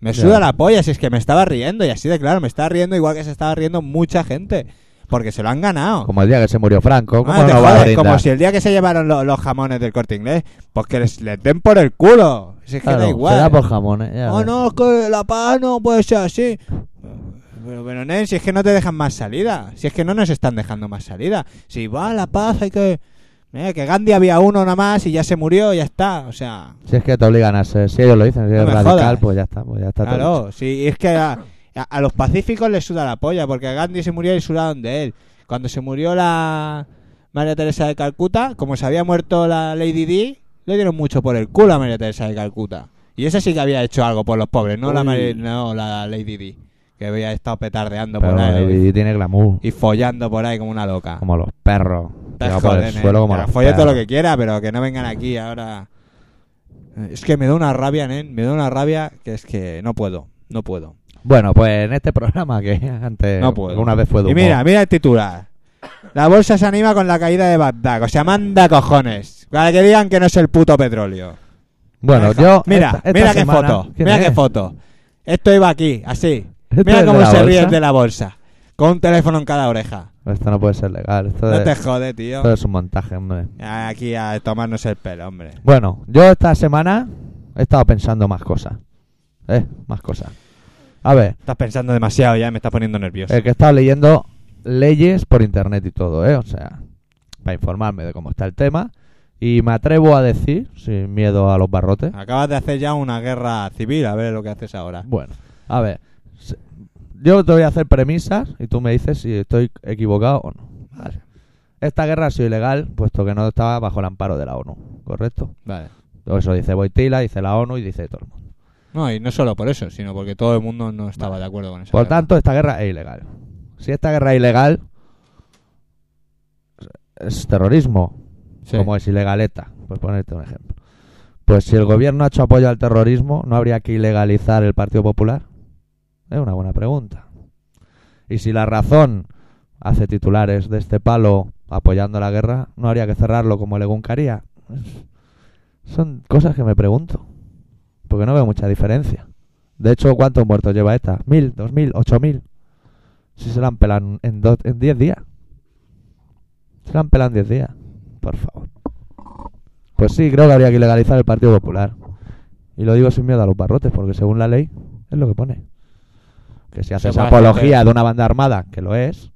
Speaker 1: Me
Speaker 2: Ya.
Speaker 1: suda la polla, si es que me estaba riendo, y así de claro, me estaba riendo igual que se estaba riendo mucha gente, porque se lo han ganado.
Speaker 2: Como el día que se murió Franco, ¿cómo
Speaker 1: Ah, te
Speaker 2: no va a
Speaker 1: jodes,
Speaker 2: brindar?
Speaker 1: como si el día que se llevaron lo- los jamones del corte inglés, pues que les, les den por el culo. Si es que
Speaker 2: Claro,
Speaker 1: da igual.
Speaker 2: se da por jamones. ya
Speaker 1: Oh,
Speaker 2: ves.
Speaker 1: no, es que la paz no puede ser así. Pero, pero, nen, si es que no te dejan más salida. Si es que no nos están dejando más salida. Si va la paz, hay que. Mira, que Gandhi había uno nada más y ya se murió, ya está. O sea,
Speaker 2: Si es que te obligan a ser, si ellos lo dicen, si eres
Speaker 1: me
Speaker 2: radical,
Speaker 1: jodas.
Speaker 2: pues ya está, pues ya está todo
Speaker 1: claro. Si es que a, a- a los pacíficos les suda la polla, porque a Gandhi se murió y sudaron de él. Cuando se murió la María Teresa de Calcuta, como se había muerto la Lady Di, le dieron mucho por el culo a María Teresa de Calcuta. Y esa sí que había hecho algo por los pobres, no, la,
Speaker 2: Uy.
Speaker 1: Mari- no la Lady Di, que había estado petardeando
Speaker 2: hecho.
Speaker 1: por
Speaker 2: Pero
Speaker 1: ahí.
Speaker 2: el DVD tiene glamour,
Speaker 1: pues y follando por ahí como una loca.
Speaker 2: como los perros.
Speaker 1: Te
Speaker 2: Pegado por el
Speaker 1: joden, eh.
Speaker 2: suelo como
Speaker 1: Que
Speaker 2: los
Speaker 1: folle todo lo
Speaker 2: perros.
Speaker 1: que quiera, pero que no vengan aquí ahora. Eh, Es que me da una rabia, nen. Me da una rabia que es que no puedo. No puedo.
Speaker 2: Bueno, pues en este [LAUGHS] programa que antes
Speaker 1: No puedo.
Speaker 2: Eh, una vez fue de
Speaker 1: Y
Speaker 2: humor.
Speaker 1: mira, mira el titular. La bolsa se anima con la caída de Bagdad. O sea, manda cojones. Para que digan que no es el puto petróleo.
Speaker 2: bueno,
Speaker 1: Deja-
Speaker 2: yo
Speaker 1: Mira,
Speaker 2: esta- esta
Speaker 1: mira
Speaker 2: semana-
Speaker 1: qué foto.
Speaker 2: ¿Quién
Speaker 1: Mira
Speaker 2: [LAUGHS]
Speaker 1: qué
Speaker 2: es?
Speaker 1: foto. Esto iba aquí, así.
Speaker 2: ¿Esto es
Speaker 1: Mira
Speaker 2: de
Speaker 1: cómo
Speaker 2: la
Speaker 1: se ríe
Speaker 2: bolsa?
Speaker 1: el de la bolsa. Con un teléfono en cada oreja.
Speaker 2: Esto no puede ser legal. Esto,
Speaker 1: No
Speaker 2: es,
Speaker 1: te jode, tío.
Speaker 2: esto es un montaje, hombre.
Speaker 1: Aquí a tomarnos el pelo, hombre.
Speaker 2: Bueno, yo esta semana he estado pensando más cosas. ¿Eh? Más cosas. A ver,
Speaker 1: Estás pensando demasiado ya, me estás poniendo nervioso.
Speaker 2: el que he estado leyendo leyes por internet y todo, ¿eh? O sea, para informarme de cómo está el tema. Y me atrevo a decir, sin miedo a los barrotes.
Speaker 1: Ah. Acabas de hacer ya una guerra civil, a ver lo que haces ahora.
Speaker 2: Bueno, A ver, se- yo te voy a hacer premisas y tú me dices si estoy equivocado o no. Vale. Esta guerra ha sido ilegal, puesto que no estaba bajo el amparo de la ONU, ¿correcto?
Speaker 1: Vale.
Speaker 2: Todo eso dice Boitila, dice la ONU y dice todo el mundo.
Speaker 1: No, y no solo por eso, sino porque todo el mundo no estaba de acuerdo con eso.
Speaker 2: Por tanto, esta guerra es ilegal. Si esta guerra es ilegal, es terrorismo. como es ilegal ETA, por ponerte un ejemplo. Pues si el gobierno ha hecho apoyo al terrorismo, ¿no habría que ilegalizar el Partido Popular? Es una buena pregunta. Y si la razón hace titulares de este palo apoyando la guerra, ¿no habría que cerrarlo como Leguncaría? Son cosas que me pregunto, porque no veo mucha diferencia. De hecho, ¿cuántos muertos lleva ETA? ¿Mil? ¿Dos mil? ¿Ocho mil? Si se la han pelado en, dos- en diez días. Se la han pelado en diez días. Por favor. Pues sí, creo que habría que legalizar el Partido Popular. Y lo digo sin miedo a los barrotes, porque según la ley es lo que pone. Que si haces
Speaker 1: puede
Speaker 2: apología
Speaker 1: hacer.
Speaker 2: de una banda armada, que lo es,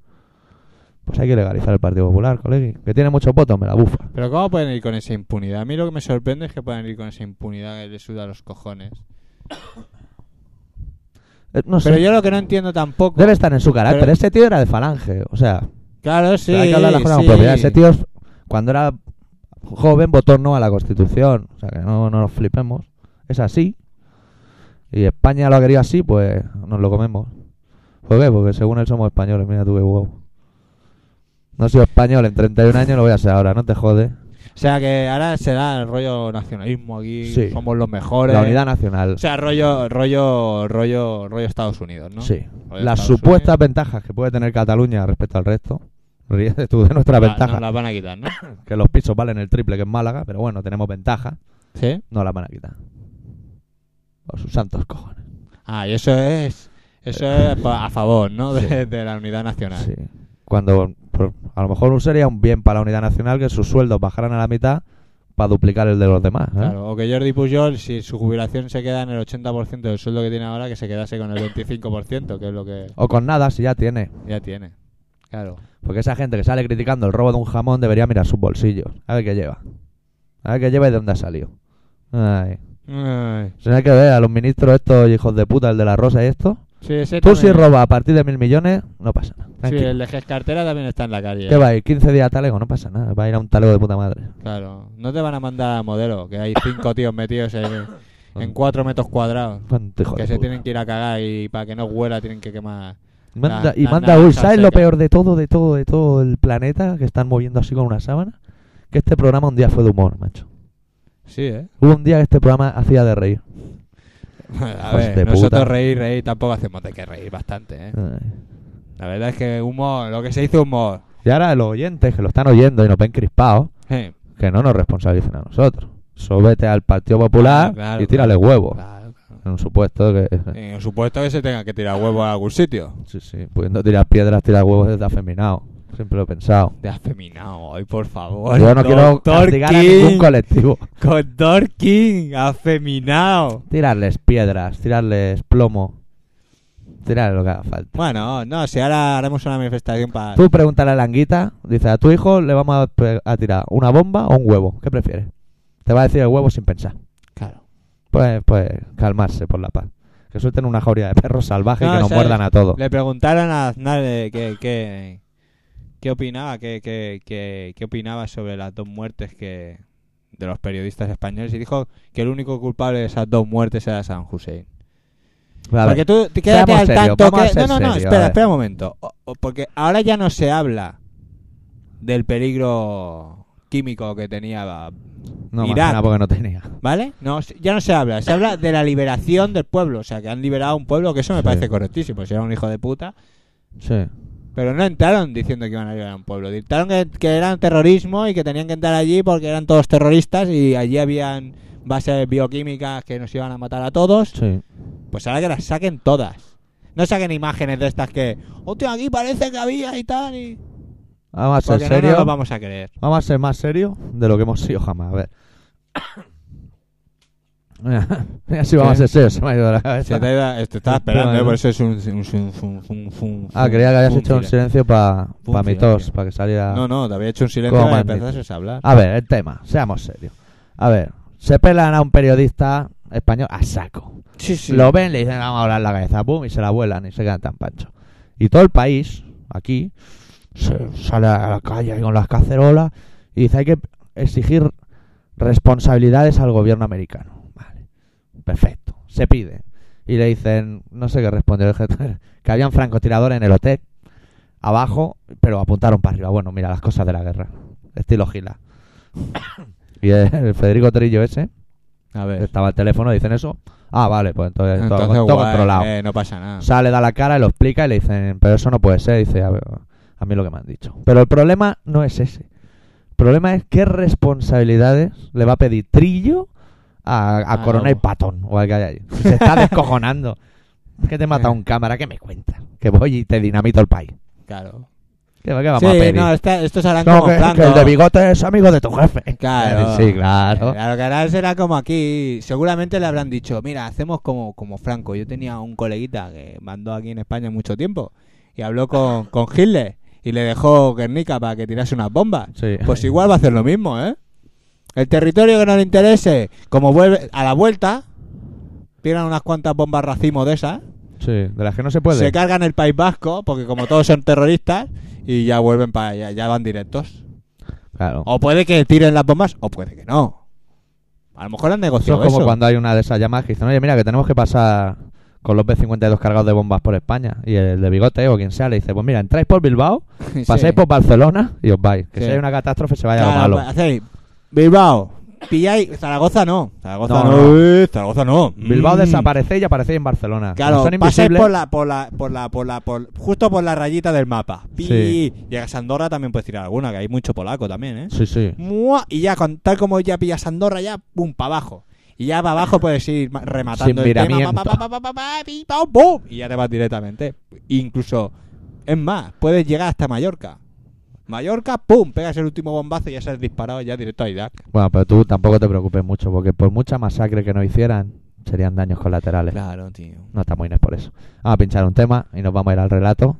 Speaker 2: pues hay que legalizar el Partido Popular, colegui. Que tiene muchos votos, me la bufa.
Speaker 1: Pero ¿cómo pueden ir con esa impunidad? A mí lo que me sorprende es que puedan ir con esa impunidad que les suda los cojones.
Speaker 2: Eh, No sé.
Speaker 1: Pero yo lo que no entiendo tampoco...
Speaker 2: Debe estar en su carácter.
Speaker 1: Pero-
Speaker 2: Ese tío era de falange. O sea,
Speaker 1: Claro, sí,
Speaker 2: pero hay que hablar las cosas
Speaker 1: sí.
Speaker 2: con propiedad. Ese tío, es- cuando era joven, votó no a la Constitución. O sea, que no, no nos flipemos. Es así. Y España lo ha querido así, pues nos lo comemos. ¿Por qué? Porque según él somos españoles. Mira tú qué huevo. No he sido español en 31 años, lo voy a ser ahora. No te jodes.
Speaker 1: O sea que ahora será el rollo nacionalismo aquí,
Speaker 2: Sí.
Speaker 1: somos los mejores.
Speaker 2: La unidad nacional.
Speaker 1: O sea, rollo, rollo, rollo, rollo Estados Unidos, ¿no?
Speaker 2: Sí.
Speaker 1: Rollo
Speaker 2: Las
Speaker 1: Estados
Speaker 2: supuestas
Speaker 1: Unidos.
Speaker 2: ventajas que puede tener Cataluña respecto al resto. Ríete tú de nuestra
Speaker 1: La-
Speaker 2: ventaja.
Speaker 1: nos las van a quitar, Ah, ¿no? [COUGHS]
Speaker 2: Que los pisos valen el triple que en Málaga, pero bueno, tenemos ventaja.
Speaker 1: Sí.
Speaker 2: No las van a quitar. Por sus santos cojones.
Speaker 1: Ah, y eso es, eso es pa- a favor, ¿no? De,
Speaker 2: Eh.
Speaker 1: [LAUGHS]
Speaker 2: Sí.
Speaker 1: de la unidad nacional.
Speaker 2: Sí. Cuando por- a lo mejor sería un bien para la unidad nacional que sus sueldos bajaran a la mitad para duplicar el de los demás. ¿eh?
Speaker 1: Claro, o que Jordi Pujol, si su jubilación se queda en el 80% del sueldo que tiene ahora, que se quedase con el 25%, que es lo que
Speaker 2: O con nada, si ya tiene.
Speaker 1: ya tiene. Claro.
Speaker 2: Porque esa gente que sale criticando el robo de un jamón debería mirar sus bolsillos. A ver qué lleva. A ver qué lleva y de dónde ha salido. Ay.
Speaker 1: Ay.
Speaker 2: Se hay que ver a los ministros estos hijos de puta, el de la rosa y esto.
Speaker 1: Sí, ese
Speaker 2: Tú si
Speaker 1: también-
Speaker 2: robas a partir de mil millones, no pasa nada.
Speaker 1: Sí,
Speaker 2: Tranquilo.
Speaker 1: el de Ges Cartera también está en la calle.
Speaker 2: ¿Qué va a ir? 15 días a talego, no pasa nada. Va a ir a un talego de puta madre.
Speaker 1: Claro, no te van a mandar a modelo, que hay cinco tíos metidos en, en cuatro metros cuadrados.
Speaker 2: Cuánto hijo
Speaker 1: Que
Speaker 2: de
Speaker 1: se
Speaker 2: Ah. puta.
Speaker 1: tienen que ir a cagar y para que no huela tienen que quemar.
Speaker 2: Manda-
Speaker 1: la-
Speaker 2: y
Speaker 1: la
Speaker 2: manda, uy,
Speaker 1: naranja
Speaker 2: ¿sabes lo
Speaker 1: seca.
Speaker 2: peor de todo, de todo, de todo el planeta que están moviendo así con una sábana? Que este programa un día fue de humor, macho.
Speaker 1: Sí, ¿eh?
Speaker 2: Hubo un día que este programa hacía de reír.
Speaker 1: A
Speaker 2: Hijos
Speaker 1: ver,
Speaker 2: de puta. Ah.
Speaker 1: nosotros reír, reír tampoco hacemos de que reír bastante, ¿eh?
Speaker 2: Ay.
Speaker 1: La verdad es que humor, lo que se dice humor.
Speaker 2: Y ahora los oyentes que lo están oyendo y nos ven crispados,
Speaker 1: Eh,
Speaker 2: que no nos responsabilicen a nosotros. Sóbete al Partido
Speaker 1: Claro,
Speaker 2: Popular
Speaker 1: claro,
Speaker 2: y tírale huevos.
Speaker 1: claro, claro.
Speaker 2: En un supuesto que... eh,
Speaker 1: Y por Eh, supuesto que se tenga que tirar huevos a algún sitio.
Speaker 2: Sí, sí, pudiendo tirar piedras, tirar huevos desde afeminado. Siempre lo he pensado.
Speaker 1: De afeminado, ay, por favor.
Speaker 2: Yo no quiero
Speaker 1: Pues Doctor
Speaker 2: castigar a
Speaker 1: King,
Speaker 2: ningún colectivo.
Speaker 1: Con Dor King, afeminado.
Speaker 2: Tirarles piedras, tirarles plomo. Tirarles lo que haga falta.
Speaker 1: Bueno, no, si ahora haremos una manifestación para.
Speaker 2: Tú pregúntale a Languita, dice a tu hijo le vamos a, pe- a tirar una bomba o un huevo. ¿Qué prefieres? Te va a decir el huevo sin pensar.
Speaker 1: Claro.
Speaker 2: Pues, pues calmarse por la paz. Que suelten una jauría de perros salvajes
Speaker 1: No,
Speaker 2: y que nos
Speaker 1: o sea,
Speaker 2: muerdan a todos.
Speaker 1: Le preguntaron a Aznar eh, qué qué- qué opinaba, qué, qué- qué- qué opinaba sobre las dos muertes que de los periodistas españoles y dijo que el único culpable de esas dos muertes era San Hussein.
Speaker 2: A ver,
Speaker 1: porque tú te quédate
Speaker 2: seamos
Speaker 1: al
Speaker 2: serios,
Speaker 1: tanto
Speaker 2: vamos a
Speaker 1: que- No,
Speaker 2: ser
Speaker 1: no, no,
Speaker 2: serios, a
Speaker 1: espera,
Speaker 2: ver.
Speaker 1: espera un momento. O- o porque ahora ya no se habla del peligro químico que tenía,
Speaker 2: no, más
Speaker 1: Irak.
Speaker 2: que nada porque no tenía.
Speaker 1: ¿vale? No, se- ya no se habla, se habla de la liberación del pueblo, o sea, que han liberado a un pueblo que eso me
Speaker 2: Sí.
Speaker 1: parece correctísimo, si era un hijo de puta,
Speaker 2: Sí.
Speaker 1: Pero no entraron diciendo que iban a liberar a un pueblo. Dictaron que, que eran terrorismo y que tenían que entrar allí porque eran todos terroristas y allí habían bases bioquímicas que nos iban a matar a todos.
Speaker 2: Sí.
Speaker 1: Pues ahora que las saquen todas. No saquen imágenes de estas que, hostia, aquí parece que había y tal. Y...
Speaker 2: Vamos a ser
Speaker 1: Porque no nos
Speaker 2: serios.
Speaker 1: lo vamos a creer.
Speaker 2: Vamos a ser más serios de lo que hemos sido jamás. A ver. [COUGHS] Mira, si vamos a ser serios, se me ha ido la cabeza.
Speaker 1: Se te, ha ido- te estaba esperando, ¿eh? por eso es un... un- un- un- un-
Speaker 2: Ah, creía que habías
Speaker 1: un
Speaker 2: hecho un
Speaker 1: silencio.
Speaker 2: silencio para
Speaker 1: Pum,
Speaker 2: mi
Speaker 1: silencio.
Speaker 2: tos, para que saliera.
Speaker 1: No, no, te había hecho un silencio
Speaker 2: Como
Speaker 1: para
Speaker 2: maldito.
Speaker 1: empezases a hablar.
Speaker 2: A ver, el tema, seamos serios. A ver, se pelan a un periodista español a saco.
Speaker 1: Sí,
Speaker 2: Lo ven, le dicen, vamos a volar la cabeza, boom, y se la vuelan y se quedan tan pancho. Y todo el país, aquí, se sale a la calle ahí con las cacerolas y dice, hay que exigir responsabilidades al gobierno americano. Vale, perfecto, se pide. Y le dicen, no sé qué respondió el jefe, [LAUGHS] que habían francotiradores en el hotel, abajo, pero apuntaron para arriba. Bueno, mira, las cosas de la guerra, estilo gila. y el Federico Trillo ese,
Speaker 1: A ver.
Speaker 2: estaba al teléfono, dicen eso. Ah, vale, pues entonces, todo-
Speaker 1: Entonces,
Speaker 2: todo,
Speaker 1: guay,
Speaker 2: controlado.
Speaker 1: eh, no pasa nada.
Speaker 2: Sale, da la cara, lo explica y le dicen, pero eso no puede ser. Dice, a, ver, a mí lo que me han dicho. Pero el problema no es ese. El problema es qué responsabilidades le va a pedir Trillo a, a
Speaker 1: Ah,
Speaker 2: Corona y
Speaker 1: no.
Speaker 2: Patón o al que haya allí. Se está descojonando. Es que te mata un cámara, ¿qué me cuentas? Que voy y te dinamito el país.
Speaker 1: Claro.
Speaker 2: ¿Qué, qué vamos
Speaker 1: Sí,
Speaker 2: a pedir?
Speaker 1: no, esta, estos harán
Speaker 2: No,
Speaker 1: como
Speaker 2: que,
Speaker 1: Franco.
Speaker 2: que el de bigote es amigo de tu jefe.
Speaker 1: Claro.
Speaker 2: [LAUGHS]
Speaker 1: Eh,
Speaker 2: Sí, claro.
Speaker 1: Claro, que ahora será como aquí. Seguramente le habrán dicho, mira, hacemos como, como Franco. Yo tenía un coleguita que mandó aquí en España mucho tiempo y habló
Speaker 2: [LAUGHS]
Speaker 1: con, con Hitler y le dejó Guernica para que tirase unas bombas.
Speaker 2: Sí.
Speaker 1: Pues
Speaker 2: [LAUGHS]
Speaker 1: igual va a hacer lo mismo, ¿eh? El territorio que no le interese, como vuelve a la vuelta, tiran unas cuantas bombas racimo de esas,
Speaker 2: Sí, de las que no se puede.
Speaker 1: se cargan el País Vasco, porque como todos son terroristas, y ya vuelven para allá, ya van directos.
Speaker 2: Claro.
Speaker 1: O puede que tiren las bombas, o puede que no. A lo mejor han
Speaker 2: Eso
Speaker 1: negociado
Speaker 2: es como
Speaker 1: eso.
Speaker 2: cuando hay una de esas llamadas que dicen, oye, mira, que tenemos que pasar con los B-52 cargados de bombas por España. Y el de bigote o quien sea le dice, pues mira, entráis por Bilbao,
Speaker 1: [LAUGHS] Sí.
Speaker 2: pasáis por Barcelona y os vais. Que
Speaker 1: Sí.
Speaker 2: si hay una catástrofe se vaya
Speaker 1: Claro,
Speaker 2: lo malo.
Speaker 1: pa- hacéis Bilbao, pilláis. Zaragoza no. Zaragoza
Speaker 2: No,
Speaker 1: no.
Speaker 2: no.
Speaker 1: eh, Zaragoza no.
Speaker 2: Bilbao
Speaker 1: Mm.
Speaker 2: desaparece y aparecéis en Barcelona. Como
Speaker 1: Claro,
Speaker 2: son
Speaker 1: pasáis
Speaker 2: invisibles,
Speaker 1: por la, por la, por la, por la, por- justo por la rayita del mapa. Pi.
Speaker 2: Sí.
Speaker 1: Llegas a Andorra también puedes tirar alguna, que hay mucho polaco también, ¿eh?
Speaker 2: Sí, sí.
Speaker 1: Mua, y ya, con, tal como ya pillas Andorra, ya, pum, para abajo. Y ya para abajo puedes ir ma- rematando
Speaker 2: Sin
Speaker 1: el tema.
Speaker 2: miramiento.
Speaker 1: pa, pa, pa, pa, pa, pa, pi, pau, pum, y ya te vas directamente. Incluso, es más, puedes llegar hasta Mallorca. Mallorca, pum, pegas el último bombazo y ya se has disparado ya directo a Irak.
Speaker 2: Bueno, pero tú tampoco te preocupes mucho, porque por mucha masacre que nos hicieran, serían daños colaterales.
Speaker 1: Claro, tío.
Speaker 2: No estamos ines por eso. Vamos a pinchar un tema y nos vamos a ir al relato.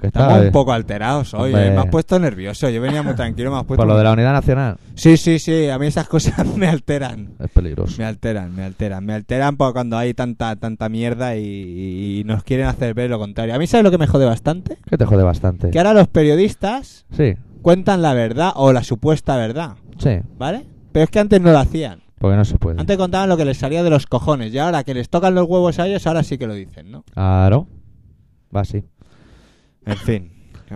Speaker 2: Que está,
Speaker 1: Estamos
Speaker 2: eh,
Speaker 1: un poco alterados hoy.
Speaker 2: Hombre.
Speaker 1: eh, Me has puesto nervioso. Yo venía muy tranquilo, me has puesto.
Speaker 2: por lo de la unidad nacional.
Speaker 1: Sí, sí, sí. A mí esas cosas [LAUGHS] me alteran.
Speaker 2: Es peligroso.
Speaker 1: Me alteran, me alteran, me alteran por cuando hay tanta tanta mierda y, y nos quieren hacer ver lo contrario. A mí sabes lo que me jode bastante,
Speaker 2: Que te jode bastante.
Speaker 1: que ahora los periodistas
Speaker 2: Sí,
Speaker 1: cuentan la verdad o la supuesta verdad,
Speaker 2: sí.
Speaker 1: ¿vale? Pero es que antes no lo hacían.
Speaker 2: Porque no se puede.
Speaker 1: Antes contaban lo que les salía de los cojones y ahora que les tocan los huevos a ellos, ahora sí que lo dicen, ¿no?
Speaker 2: Claro. Va así.
Speaker 1: En fin.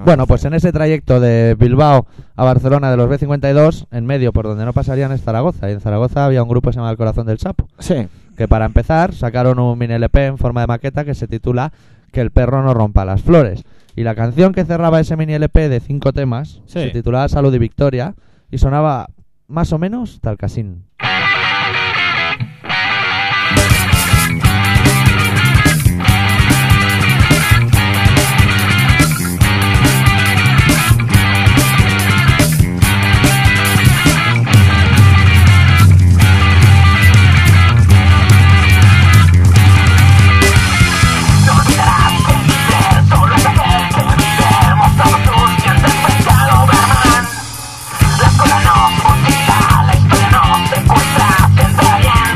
Speaker 2: Bueno, pues en ese trayecto de Bilbao a Barcelona de los B-52, en medio por donde no pasarían es Zaragoza. Y en Zaragoza había un grupo que se llamaba El Corazón del Sapo.
Speaker 1: sí.
Speaker 2: Que para empezar sacaron un mini LP en forma de maqueta que se titula Que el perro no rompa las flores. Y la canción que cerraba ese mini LP de cinco temas
Speaker 1: Sí.
Speaker 2: se titulaba Salud y Victoria y sonaba más o menos tal casín.
Speaker 4: La escuela no motiva, la historia no secuestra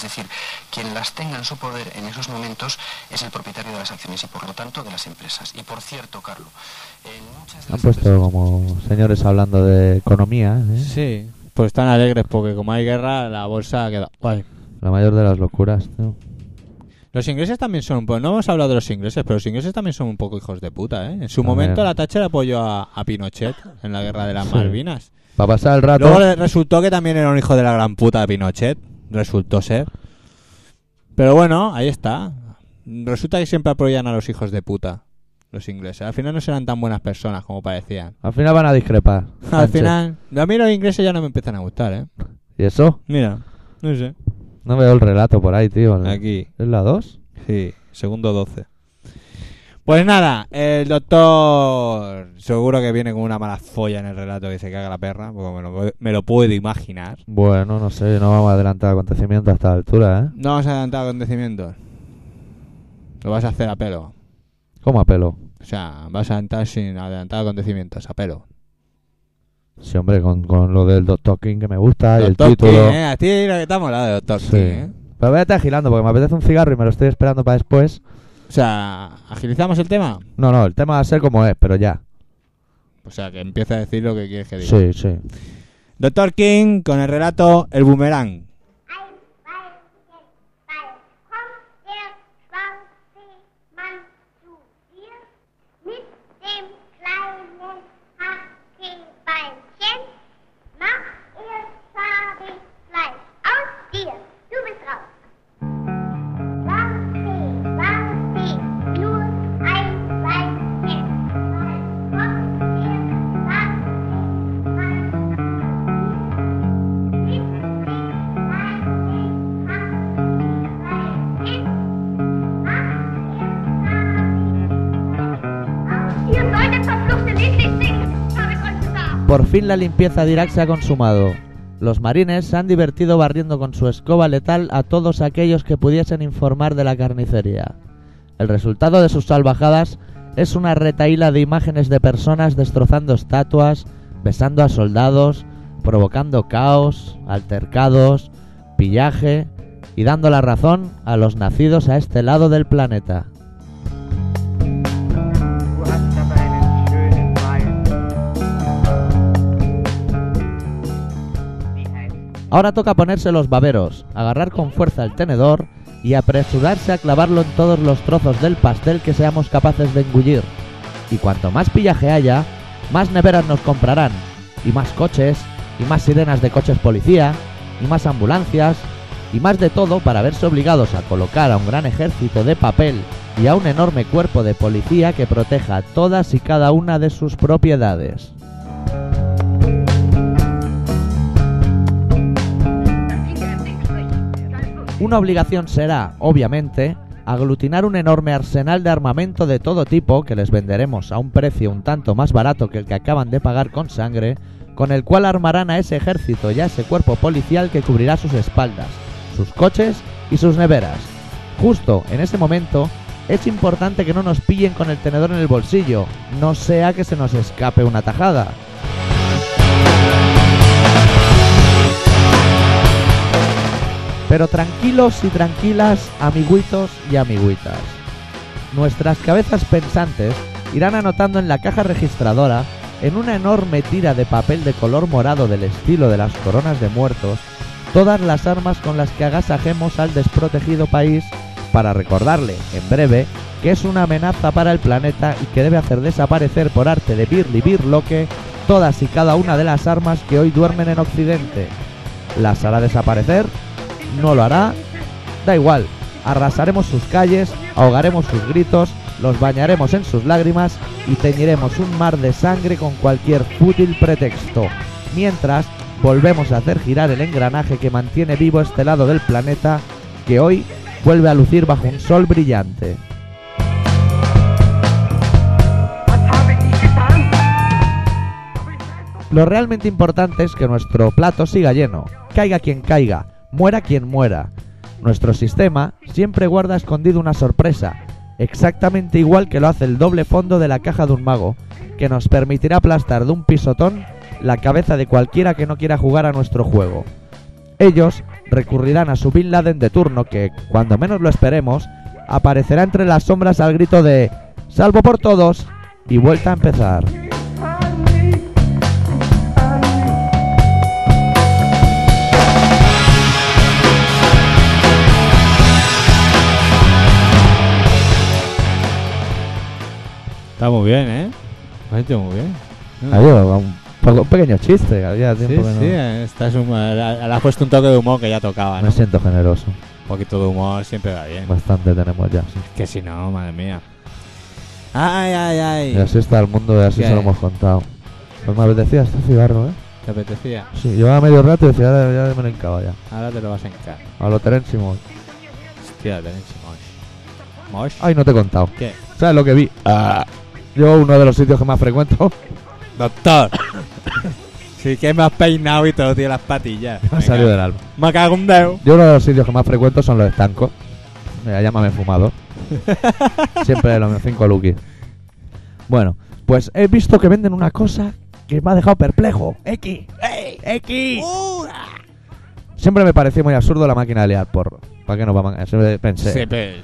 Speaker 4: decir, quien las tenga en su poder en esos momentos es el propietario de las acciones y por lo tanto de las empresas. Y por cierto, Carlos, en muchas
Speaker 2: Han
Speaker 4: de las empresas-
Speaker 2: puesto como señores hablando de economía, ¿eh?
Speaker 1: Sí, pues están alegres porque como hay guerra, la bolsa queda guay.
Speaker 2: La mayor de las locuras, tío.
Speaker 1: Los ingleses también son un poco... No hemos hablado de los ingleses, pero los ingleses también son un poco hijos de puta, ¿eh? En su
Speaker 2: También.
Speaker 1: momento la Thatcher apoyó a, a Pinochet en la guerra de las
Speaker 2: Sí.
Speaker 1: Malvinas.
Speaker 2: Para pasar el rato...
Speaker 1: Luego le- resultó que también era un hijo de la gran puta de Pinochet. Resultó ser. Pero bueno, ahí está. Resulta que siempre apoyan a los hijos de puta. Los ingleses. Al final no serán tan buenas personas como parecían.
Speaker 2: Al final van a discrepar.
Speaker 1: Al
Speaker 2: Sánchez.
Speaker 1: final... A mí los ingleses ya no me empiezan a gustar, ¿eh?
Speaker 2: ¿Y eso?
Speaker 1: Mira. No sé.
Speaker 2: No veo el relato por ahí, tío.
Speaker 1: Aquí.
Speaker 2: ¿Es la 2?
Speaker 1: Sí, segundo 12. Pues nada, el doctor seguro que viene con una mala folla en el relato que se caga la perra, porque me lo, me lo puedo imaginar.
Speaker 2: Bueno, no sé, no vamos a adelantar acontecimientos a esta altura, ¿eh?
Speaker 1: No vamos a adelantar acontecimientos. Lo vas a hacer a pelo.
Speaker 2: ¿Cómo apelo?
Speaker 1: O sea, vas a entrar sin adelantar acontecimientos, a pelo.
Speaker 2: Sí, hombre, con, con lo del Doctor King que me gusta y el
Speaker 1: Doctor
Speaker 2: título.
Speaker 1: King, ¿eh? A ti lo que te ha molado de Doctor
Speaker 2: Sí.
Speaker 1: King, ¿eh?
Speaker 2: Pero voy a estar agilando porque me apetece un cigarro y me lo estoy esperando para después.
Speaker 1: O sea, ¿agilizamos el tema?
Speaker 2: No, no, el tema va a ser como es, pero ya.
Speaker 1: O sea, que empieza a decir lo que quieres que diga.
Speaker 2: Sí, sí.
Speaker 1: Doctor King con el relato El Boomerang.
Speaker 5: Ein, zwei, sechs, zwei. Kommt der Schwarze-Mann zu dir mit dem kleinen Hackebeinchen, macht er Fleisch aus dir. Du bist raus. Warte, warte, nur ein Weilchen. Kommt der Schwarze-Mann zu Ihr solltet verfluchte Liedlich singen, habe ich euch gesagt.
Speaker 2: Por fin la limpieza de Irak se ha consumado. Los marines se han divertido barriendo con su escoba letal a todos aquellos que pudiesen informar de la carnicería. El resultado de sus salvajadas es una retaíla de imágenes de personas destrozando estatuas, besando a soldados, provocando caos, altercados, pillaje y dando la razón a los nacidos a este lado del planeta.
Speaker 6: Du hast aber einen schönen Wald. Wie heißt
Speaker 2: Ahora toca ponerse los baberos, agarrar con fuerza el tenedor y apresurarse a clavarlo en todos los trozos del pastel que seamos capaces de engullir. Y cuanto más pillaje haya, más neveras nos comprarán, y más coches, y más sirenas de coches policía, y más ambulancias, y más de todo para verse obligados a colocar a un gran ejército de papel y a un enorme cuerpo de policía que proteja todas y cada una de sus propiedades. Una obligación será, obviamente, aglutinar un enorme arsenal de armamento de todo tipo que les venderemos a un precio un tanto más barato que el que acaban de pagar con sangre, con el cual armarán a ese ejército y a ese cuerpo policial que cubrirá sus espaldas, sus coches y sus neveras. Justo en ese momento, es importante que no nos pillen con el tenedor en el bolsillo, no sea que se nos escape una tajada. Pero tranquilos y tranquilas, amiguitos y amiguitas. Nuestras cabezas pensantes irán anotando en la caja registradora, en una enorme tira de papel de color morado del estilo de las coronas de muertos, todas las armas con las que agasajemos al desprotegido país para recordarle, en breve, que es una amenaza para el planeta y que debe hacer desaparecer por arte de Birli Birloque todas y cada una de las armas que hoy duermen en Occidente. ¿Las hará desaparecer? no lo hará, da igual. Arrasaremos sus calles, ahogaremos sus gritos, los bañaremos en sus lágrimas y teñiremos un mar de sangre con cualquier fútil pretexto. Mientras, volvemos a hacer girar el engranaje que mantiene vivo este lado del planeta que hoy vuelve a lucir bajo un sol brillante.
Speaker 6: Was habe ich getan? Aber ich weiß doch,
Speaker 2: Lo realmente importante es que nuestro plato siga lleno, caiga quien caiga, muera quien muera. Nuestro sistema siempre guarda escondido una sorpresa, exactamente igual que lo hace el doble fondo de la caja de un mago, que nos permitirá aplastar de un pisotón la cabeza de cualquiera que no quiera jugar a nuestro juego. Ellos recurrirán a su Bin Laden de turno que, cuando menos lo esperemos, aparecerá entre las sombras al grito de ¡Salvo por todos! y vuelta a empezar.
Speaker 1: Está muy bien, ¿eh? Lo has hecho muy bien.
Speaker 2: Adiós, un, poco- un pequeño chiste. Había
Speaker 1: Mm. Sí,
Speaker 2: tiempo que no-
Speaker 1: sí, eh, estás hum- le le has puesto un toque de humor que ya tocaba, ¿no?
Speaker 2: Me siento generoso.
Speaker 1: Un poquito de humor siempre va bien.
Speaker 2: Bastante tenemos ya. sí.
Speaker 1: Que si no, madre mía. Ay, ay,
Speaker 2: Y
Speaker 1: ay.
Speaker 2: así está el mundo y así
Speaker 1: ¿Qué?
Speaker 2: se lo hemos contado. Pues me apetecía este cigarro, ¿eh?
Speaker 1: ¿Te apetecía?
Speaker 2: Sí, llevaba medio rato y decía, "Ahora ya me lo encaba ya.
Speaker 1: Ahora te lo vas a encar.
Speaker 2: A lo Terence Moy.
Speaker 1: Hostia, tenéis Mosh. ¿Mosh?
Speaker 2: Ay, no te he contado.
Speaker 1: ¿Qué?
Speaker 2: ¿Sabes lo que vi? Yo uno de los sitios que más frecuento. [LAUGHS]
Speaker 1: Doctor. [COUGHS] sí, que me has peinado y todo, tío, las patillas.
Speaker 2: Me ha salido del alma.
Speaker 1: Me cago un dedo.
Speaker 2: Yo uno de los sitios que más frecuento son los estancos. Mira, llámame fumado. Siempre los 5 Lucky. Bueno, pues he visto que venden una cosa que me ha dejado perplejo. X. X. Siempre me pareció muy absurdo la máquina de liar porro. ¿Para qué no vamos a Siempre pensé.
Speaker 1: Siempre.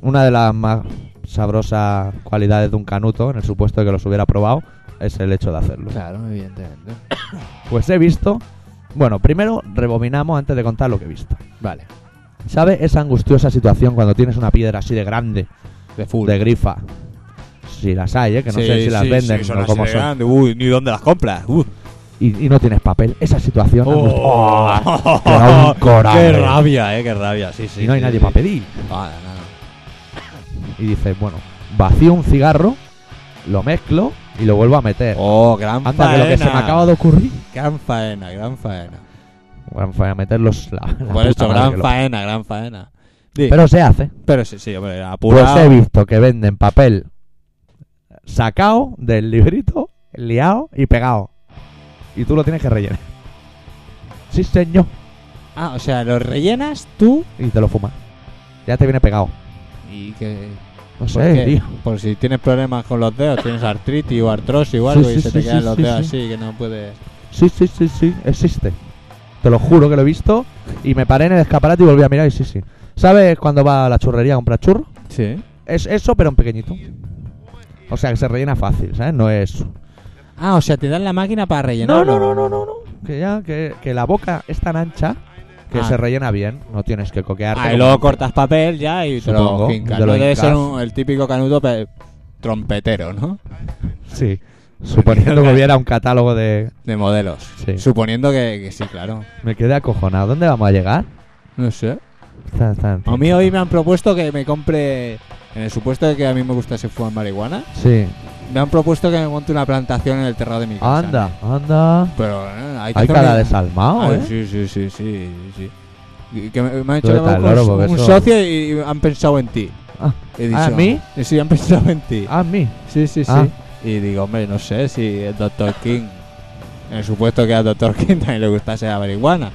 Speaker 2: Una de las más sabrosas cualidades de un canuto, en el supuesto de que los hubiera probado, es el hecho de hacerlo.
Speaker 1: Claro, evidentemente.
Speaker 2: Pues he visto. Bueno, primero rebobinamos antes de contar lo que he visto.
Speaker 1: Vale.
Speaker 2: ¿Sabe esa angustiosa situación cuando tienes una piedra así de grande,
Speaker 1: De full.
Speaker 2: de grifa? Si las hay, ¿eh? que no
Speaker 1: Sí,
Speaker 2: sé si las
Speaker 1: sí,
Speaker 2: venden
Speaker 1: sí, son
Speaker 2: o
Speaker 1: así
Speaker 2: cómo
Speaker 1: de
Speaker 2: son.
Speaker 1: grande. Uy, ni dónde las compras. Uh.
Speaker 2: Y, y no tienes papel. Esa situación. angustiosa.
Speaker 1: [LAUGHS] Oh.
Speaker 2: te da un coraje.
Speaker 1: Qué rabia, eh, qué rabia. Sí, sí.
Speaker 2: y no hay
Speaker 1: sí,
Speaker 2: nadie
Speaker 1: sí.
Speaker 2: para pedir.
Speaker 1: Nada, nada.
Speaker 2: Y dices, bueno, vacío un cigarro, lo mezclo y lo vuelvo a meter.
Speaker 1: Oh, gran
Speaker 2: Anda, que
Speaker 1: faena.
Speaker 2: lo que se me acaba de ocurrir.
Speaker 1: Gran faena, gran faena.
Speaker 2: Bueno, fue a meterlos la, la
Speaker 1: Por
Speaker 2: puta
Speaker 1: eso,
Speaker 2: madre que
Speaker 1: gran
Speaker 2: lo-
Speaker 1: faena, gran faena. Sí, pero,
Speaker 2: Pero se hace.
Speaker 1: sí, sí, hombre,
Speaker 2: Pues
Speaker 1: apurado.
Speaker 2: he visto que venden papel sacado del librito, liado y pegado. Y tú lo tienes que rellenar. Sí, señor.
Speaker 1: ah, o sea, lo rellenas tú
Speaker 2: Y te lo fumas. Ya te viene pegado.
Speaker 1: y que...
Speaker 2: No
Speaker 1: ¿por
Speaker 2: sé,
Speaker 1: qué?
Speaker 2: tío.
Speaker 1: Por si tienes problemas con los dedos, tienes artritis o artrosis o
Speaker 2: Sí,
Speaker 1: algo y
Speaker 2: sí,
Speaker 1: se
Speaker 2: sí,
Speaker 1: te quedan
Speaker 2: sí,
Speaker 1: los
Speaker 2: sí,
Speaker 1: dedos
Speaker 2: sí.
Speaker 1: así que no puedes...
Speaker 2: Sí, sí, sí, sí. Existe. Te lo juro que lo he visto. Y me paré en el escaparate y volví a mirar y sí, sí. ¿Sabes cuando va a la churrería a comprar churro?
Speaker 1: Sí.
Speaker 2: Es eso, pero en pequeñito. O sea, que se rellena fácil, ¿sabes? No es
Speaker 1: Ah, o sea, te dan la máquina para
Speaker 2: No,
Speaker 1: rellenar.
Speaker 2: no, no, no, no, no. Que ya, que, que la boca es tan ancha que
Speaker 1: Ah.
Speaker 2: se rellena bien. No tienes que coquearte.
Speaker 1: Ahí
Speaker 2: como-
Speaker 1: luego cortas papel ya y te lo
Speaker 2: Supongo,
Speaker 1: fincas.
Speaker 2: te lo
Speaker 1: No debe
Speaker 2: hincas.
Speaker 1: ser un- el típico canuto pe- trompetero, ¿no?
Speaker 2: Sí. Suponiendo que hubiera un catálogo de.
Speaker 1: De modelos.
Speaker 2: Sí.
Speaker 1: Suponiendo que, que sí, claro.
Speaker 2: Me quedé acojonado. ¿Dónde vamos a llegar?
Speaker 1: No sé.
Speaker 2: Tan, tan.
Speaker 1: A mí hoy me han propuesto que me compre, en el supuesto de que a mí me gustase fumar marihuana,
Speaker 2: Sí.
Speaker 1: me han propuesto que me monte una plantación en el terrado de mi casa.
Speaker 2: Anda, anda.
Speaker 1: Pero eh, hay que
Speaker 2: Hay
Speaker 1: hacer
Speaker 2: cara
Speaker 1: una-
Speaker 2: desalmado,
Speaker 1: Ah,
Speaker 2: ¿eh?
Speaker 1: Sí, sí, sí, sí, sí. Y Que me, me han
Speaker 2: Tú
Speaker 1: dicho que me
Speaker 2: estás
Speaker 1: busco un-
Speaker 2: loro, porque
Speaker 1: un
Speaker 2: eso-
Speaker 1: socio y y han pensado en ti.
Speaker 2: Ah,
Speaker 1: He dicho,
Speaker 2: ¿a mí? Ah,
Speaker 1: Sí, han pensado en ti.
Speaker 2: a mí.
Speaker 1: Sí, sí, sí.
Speaker 2: Ah.
Speaker 1: Y digo, hombre, no sé si el Dr. King, en el supuesto que al Dr. [LAUGHS] King también le gustase la marihuana.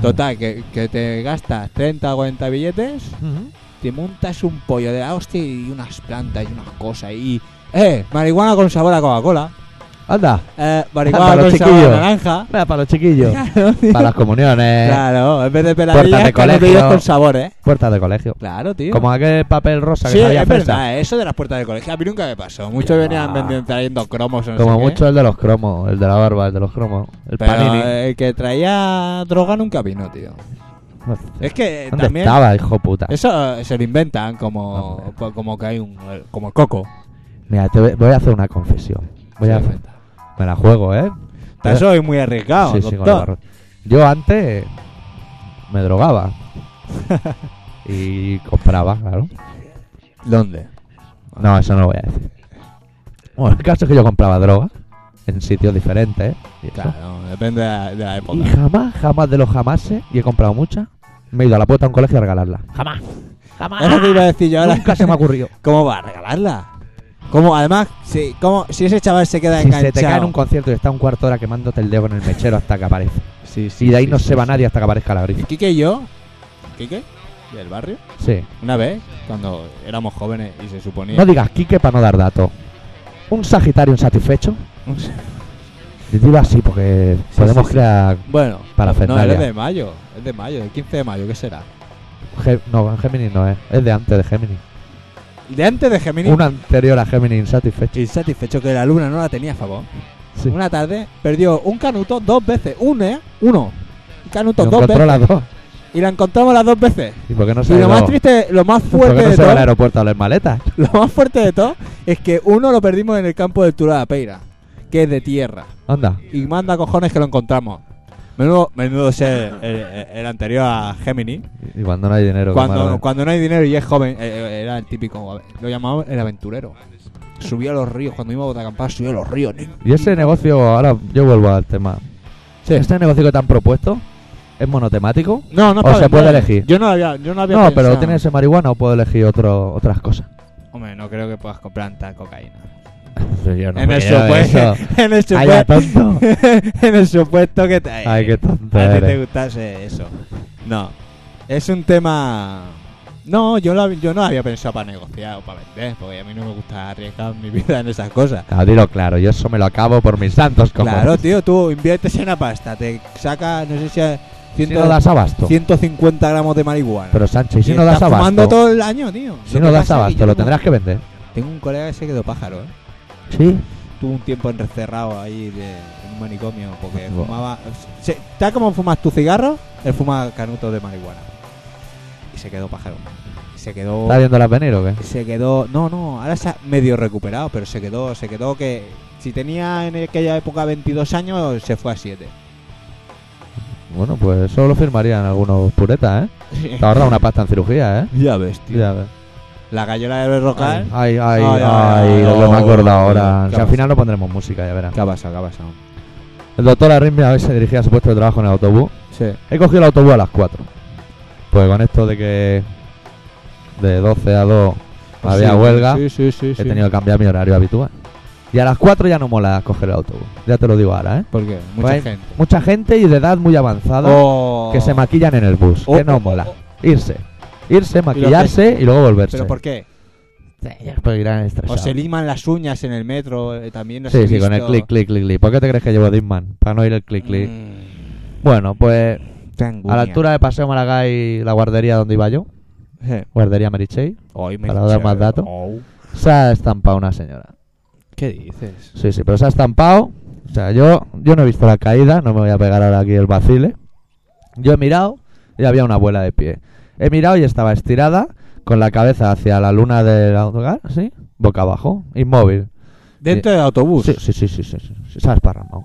Speaker 1: Total, que, que te gastas 30 o 40 billetes
Speaker 2: Ujú.
Speaker 1: te montas un pollo de la hostia y unas plantas y unas cosas y... ¡Eh! Marihuana con sabor a Coca-Cola.
Speaker 2: Anda.
Speaker 1: Eh, marihuana
Speaker 2: Para
Speaker 1: con
Speaker 2: los
Speaker 1: sabor a
Speaker 2: chiquillos.
Speaker 1: naranja.
Speaker 2: Mira, para los chiquillos.
Speaker 1: [LAUGHS] Claro, tío.
Speaker 2: para
Speaker 1: [LAUGHS]
Speaker 2: las comuniones.
Speaker 1: Claro, en vez de
Speaker 2: Puertas
Speaker 1: peladillas,
Speaker 2: de
Speaker 1: canutillos
Speaker 2: colegio.
Speaker 1: con sabor, ¿eh?
Speaker 2: Puertas de colegio.
Speaker 1: Claro, tío.
Speaker 2: Como aquel papel rosa
Speaker 1: Sí,
Speaker 2: que
Speaker 1: es
Speaker 2: sabía a fresa.
Speaker 1: verdad, eh. eso de las puertas de colegio a mí nunca me pasó. Muchos venían vendiendo, trayendo cromos o no
Speaker 2: Como
Speaker 1: sé qué.
Speaker 2: mucho el de los cromos, el de la barba, el de los cromos. El
Speaker 1: Pero eh,
Speaker 2: panini.
Speaker 1: el que traía droga nunca vino, tío.
Speaker 2: No sé.
Speaker 1: Es que
Speaker 2: ¿Dónde
Speaker 1: Eh, también...
Speaker 2: estaba, hijo puta?
Speaker 1: Eso eh, se lo inventan como, como que hay un... eh, como el coco.
Speaker 2: Mira, te voy- voy a hacer una confesión. Voy
Speaker 1: Se lo
Speaker 2: a hacer-
Speaker 1: inventan.
Speaker 2: Me la juego, ¿eh?
Speaker 1: Pero Eso es muy arriesgado,
Speaker 2: Sí, sí, con el
Speaker 1: doctor.
Speaker 2: barro. Yo antes me
Speaker 1: [LAUGHS]
Speaker 2: drogaba. y compraba, claro.
Speaker 1: ¿Dónde?
Speaker 2: No, eso no lo voy a decir. Bueno, el caso es que yo compraba droga en sitios diferentes. ¿eh? Y, eso.
Speaker 1: Claro, depende de la, de la
Speaker 2: Y
Speaker 1: época.
Speaker 2: jamás, jamás de los jamases, y he comprado muchas, me he ido a la puerta a un colegio a regalarla. Jamás.
Speaker 1: Es lo que iba a decir yo ahora.
Speaker 2: Nunca se me ha ocurrido.
Speaker 1: [LAUGHS] ¿Cómo va a regalarla? ¿Cómo? Además, si, cómo, si ese chaval se queda
Speaker 2: Si
Speaker 1: enganchado.
Speaker 2: se te cae en un concierto y está un cuarto de hora quemándote el dedo con el mechero hasta que aparece.
Speaker 1: Sí, sí,
Speaker 2: Y de ahí
Speaker 1: sí,
Speaker 2: no
Speaker 1: sí,
Speaker 2: se va
Speaker 1: sí.
Speaker 2: nadie hasta que aparezca la
Speaker 1: Y
Speaker 2: grifa.
Speaker 1: Quique y yo, Quique, del barrio,
Speaker 2: Sí.
Speaker 1: una vez, cuando éramos jóvenes y se [LAUGHS] suponía.
Speaker 2: No digas Quique para no dar dato. Un Sagitario insatisfecho Yo digo así porque
Speaker 1: Sí,
Speaker 2: podemos
Speaker 1: sí, sí.
Speaker 2: crear.
Speaker 1: Bueno,
Speaker 2: Para
Speaker 1: no, él
Speaker 2: Fernalia.
Speaker 1: es de mayo, es de mayo, el 15 de mayo, ¿qué será?
Speaker 2: Ge- no, en Géminis no es. Es de antes de Géminis.
Speaker 1: De antes de Gemini.
Speaker 2: Una anterior a Géminis insatisfecho.
Speaker 1: Insatisfecho que la luna no la tenía a favor.
Speaker 2: Sí.
Speaker 1: Una tarde perdió un canuto dos veces. Un, ¿eh? Uno. Un canuto
Speaker 2: Lo
Speaker 1: dos
Speaker 2: encontró
Speaker 1: veces.
Speaker 2: las dos.
Speaker 1: Y la encontramos las dos veces.
Speaker 2: ¿Y por qué no
Speaker 1: Y
Speaker 2: se ha
Speaker 1: lo
Speaker 2: ido-
Speaker 1: más triste, lo más
Speaker 2: [LAUGHS] ¿Por qué
Speaker 1: fuerte
Speaker 2: no
Speaker 1: de
Speaker 2: se va al
Speaker 1: todo,
Speaker 2: aeropuerto a las maletas?
Speaker 1: [LAUGHS] lo más fuerte de todo es que uno lo perdimos en el campo del Tura de Peira, que es de tierra.
Speaker 2: Anda.
Speaker 1: Y manda cojones que lo encontramos. Menudo, menudo ser el, el- el anterior a Gemini.
Speaker 2: Y y cuando no hay dinero. qué
Speaker 1: Cuando,
Speaker 2: mala-
Speaker 1: cuando no hay dinero y es joven, eh, era el típico, lo llamaban el aventurero. Subía a los ríos, cuando íbamos a acampar, subía a los ríos. nen.
Speaker 2: Y ese negocio, ahora yo vuelvo al tema. Este negocio que te han propuesto es monotemático.
Speaker 1: No, no
Speaker 2: O
Speaker 1: es para
Speaker 2: se puede
Speaker 1: vender.
Speaker 2: elegir.
Speaker 1: Yo no había, yo no había
Speaker 2: No, pero
Speaker 1: pensado.
Speaker 2: tienes ese marihuana o puedo elegir otro, otras cosas.
Speaker 1: Hombre, no creo que puedas comprar tanta cocaína.
Speaker 2: Yo no
Speaker 1: en,
Speaker 2: me
Speaker 1: el
Speaker 2: creo
Speaker 1: supuesto,
Speaker 2: eso.
Speaker 1: [LAUGHS] en el
Speaker 2: Ay, ya,
Speaker 1: supuesto.
Speaker 2: tonto.
Speaker 1: [LAUGHS] en el supuesto que te.
Speaker 2: Ay, qué tonto
Speaker 1: a ti te
Speaker 2: eres.
Speaker 1: gustase eso. No. Es un tema. No, yo, lo hab- yo no había pensado para negociar o para vender, porque a mí no me gusta arriesgar mi [LAUGHS] vida en esas cosas.
Speaker 2: Ah, dilo claro, yo eso me lo acabo por mis santos cojones.
Speaker 1: Claro, tío, tú inviertes en la pasta, te saca, no sé si, a-
Speaker 2: Si
Speaker 1: ciento-
Speaker 2: no das abasto.
Speaker 1: 150 gramos de marihuana.
Speaker 2: Pero Sánchez, ¿y si
Speaker 1: Y
Speaker 2: no das
Speaker 1: estás fumando
Speaker 2: abasto.
Speaker 1: todo el año, tío.
Speaker 2: Si
Speaker 1: Lo
Speaker 2: no
Speaker 1: que pasa
Speaker 2: das
Speaker 1: es que
Speaker 2: abasto,
Speaker 1: yo
Speaker 2: lo
Speaker 1: no-
Speaker 2: tendrás que vender.
Speaker 1: Tengo un colega que se quedó pájaro, ¿eh?
Speaker 2: Sí.
Speaker 1: Tuvo un tiempo encerrado ahí de, en un manicomio porque
Speaker 2: Buah.
Speaker 1: fumaba. se- tal como fumas tu cigarro, él fuma canutos de marihuana. Y se quedó pájaro. Y se quedó.
Speaker 2: ¿Estás viendo la venir o qué?
Speaker 1: Se quedó. No, no, ahora está medio recuperado, pero se quedó. Se quedó que. Si tenía en aquella época 22 años, se fue a 7.
Speaker 2: Bueno, pues eso lo firmarían algunos puretas, ¿eh? Te ahorras una pasta en cirugía, ¿eh?
Speaker 1: [LAUGHS] ya ves,
Speaker 2: Ya ves.
Speaker 1: La gallola del Berrocal.
Speaker 2: Ay, ah. ay,
Speaker 1: Ay,
Speaker 2: ay,
Speaker 1: ay, ay,
Speaker 2: lo que me
Speaker 1: ay,
Speaker 2: acuerdo
Speaker 1: ay,
Speaker 2: ahora.
Speaker 1: ay,
Speaker 2: Si
Speaker 1: ¿qué
Speaker 2: al
Speaker 1: pasa?
Speaker 2: final no pondremos música, ya verás.
Speaker 1: ¿Qué ha pasado? ¿Qué ha pasado?
Speaker 2: El doctor Arritmia hoy se dirigía a su puesto de trabajo en el autobús.
Speaker 1: Sí.
Speaker 2: He cogido el autobús a las 4. Pues con esto de que de 12 a 2 había
Speaker 1: Pues Sí,
Speaker 2: huelga,
Speaker 1: Sí, sí, sí.
Speaker 2: he
Speaker 1: sí.
Speaker 2: tenido que cambiar mi horario habitual. Y a las 4 ya no mola coger el autobús. Ya te lo digo ahora, ¿eh?
Speaker 1: ¿Por qué? Mucha
Speaker 2: Pues hay
Speaker 1: gente.
Speaker 2: Mucha gente y de edad muy avanzada
Speaker 1: Oh.
Speaker 2: que se maquillan en el bus.
Speaker 1: Oh,
Speaker 2: que no
Speaker 1: oh,
Speaker 2: mola.
Speaker 1: oh.
Speaker 2: Irse. Irse,
Speaker 1: que-
Speaker 2: maquillarse y luego volverse.
Speaker 1: ¿Pero por qué?
Speaker 2: Porque irán
Speaker 1: O
Speaker 2: estresados.
Speaker 1: se liman las uñas en el metro eh, también. las
Speaker 2: Sí,
Speaker 1: he
Speaker 2: sí, con el
Speaker 1: visto.
Speaker 2: clic, clic, clic, clic. ¿Por qué te crees que llevo Disman? Para no ir el clic, clic.
Speaker 1: Mm,
Speaker 2: Bueno, pues
Speaker 1: qué
Speaker 2: a
Speaker 1: angunia.
Speaker 2: la altura de Paseo Maragall, la guardería donde iba yo,
Speaker 1: Sí.
Speaker 2: guardería Merichey,
Speaker 1: Hoy me
Speaker 2: Para dar
Speaker 1: dice-
Speaker 2: más datos.
Speaker 1: Oh.
Speaker 2: se ha estampado una señora.
Speaker 1: ¿Qué dices?
Speaker 2: Sí, sí, pero se ha estampado. O sea, yo, yo no he visto la caída, no me voy a pegar ahora aquí el vacile. Yo he mirado y había una abuela de pie. He mirado y estaba estirada, con la cabeza hacia la luna del hogar, ¿sí? Boca abajo, inmóvil.
Speaker 1: Dentro del autobús.
Speaker 2: Sí, sí, sí, sí, sí, sí, sí, Se ha esparramado.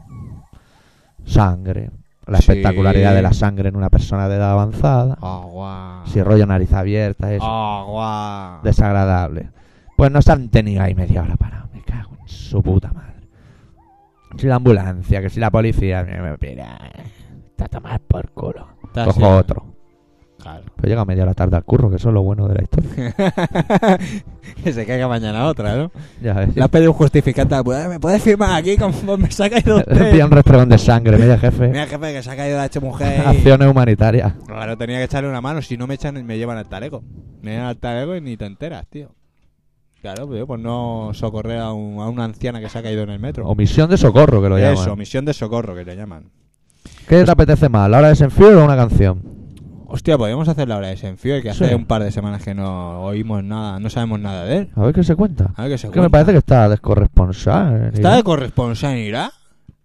Speaker 2: Sangre. La
Speaker 1: Sí. Ah.
Speaker 2: espectacularidad de la sangre en una persona de edad avanzada.
Speaker 1: Agua.
Speaker 2: Si rollo nariz abierta, eso.
Speaker 1: Agua.
Speaker 2: Desagradable. Pues no se han tenido ahí media hora parado. Me cago en su puta madre. Si la ambulancia, que si la policía. Me, me mira, Te a tomar por culo.
Speaker 1: Está así.
Speaker 2: Cojo otro.
Speaker 1: Claro. [LAUGHS]
Speaker 2: Pero llega media hora tarde al curro, que eso es lo bueno de la historia.
Speaker 1: que se caiga mañana otra, ¿no?
Speaker 2: Ya ves. [LAUGHS]
Speaker 1: Le has pedido un justificante. a la puerta, ¿Me puedes firmar aquí? Como [LAUGHS] me se ha caído
Speaker 2: [LAUGHS]
Speaker 1: usted.
Speaker 2: Pilla un restregón de sangre, media jefe.
Speaker 1: Mira, jefe, que se ha caído la H mujer. y-
Speaker 2: Acciones humanitarias.
Speaker 1: Claro, tenía que echarle una mano. Si no me echan, me llevan al talego. Me llevan al talego y ni te enteras, tío. Claro, pero pues no socorrer a, un- a una anciana que se ha caído en el metro.
Speaker 2: Omisión de socorro, que lo llaman.
Speaker 1: Eso, misión de socorro que te llaman.
Speaker 2: ¿Qué te apetece más, la hora de desenfío o una canción?
Speaker 1: Hostia, podríamos hacer la hora de Senfío, que hace
Speaker 2: Sí.
Speaker 1: un par de semanas que no oímos nada, no sabemos nada de él.
Speaker 2: A ver qué se cuenta.
Speaker 1: A ver qué se
Speaker 2: Es que me parece que ¿eh? está descorresponsal.
Speaker 1: ¿Está de corresponsal en Irak?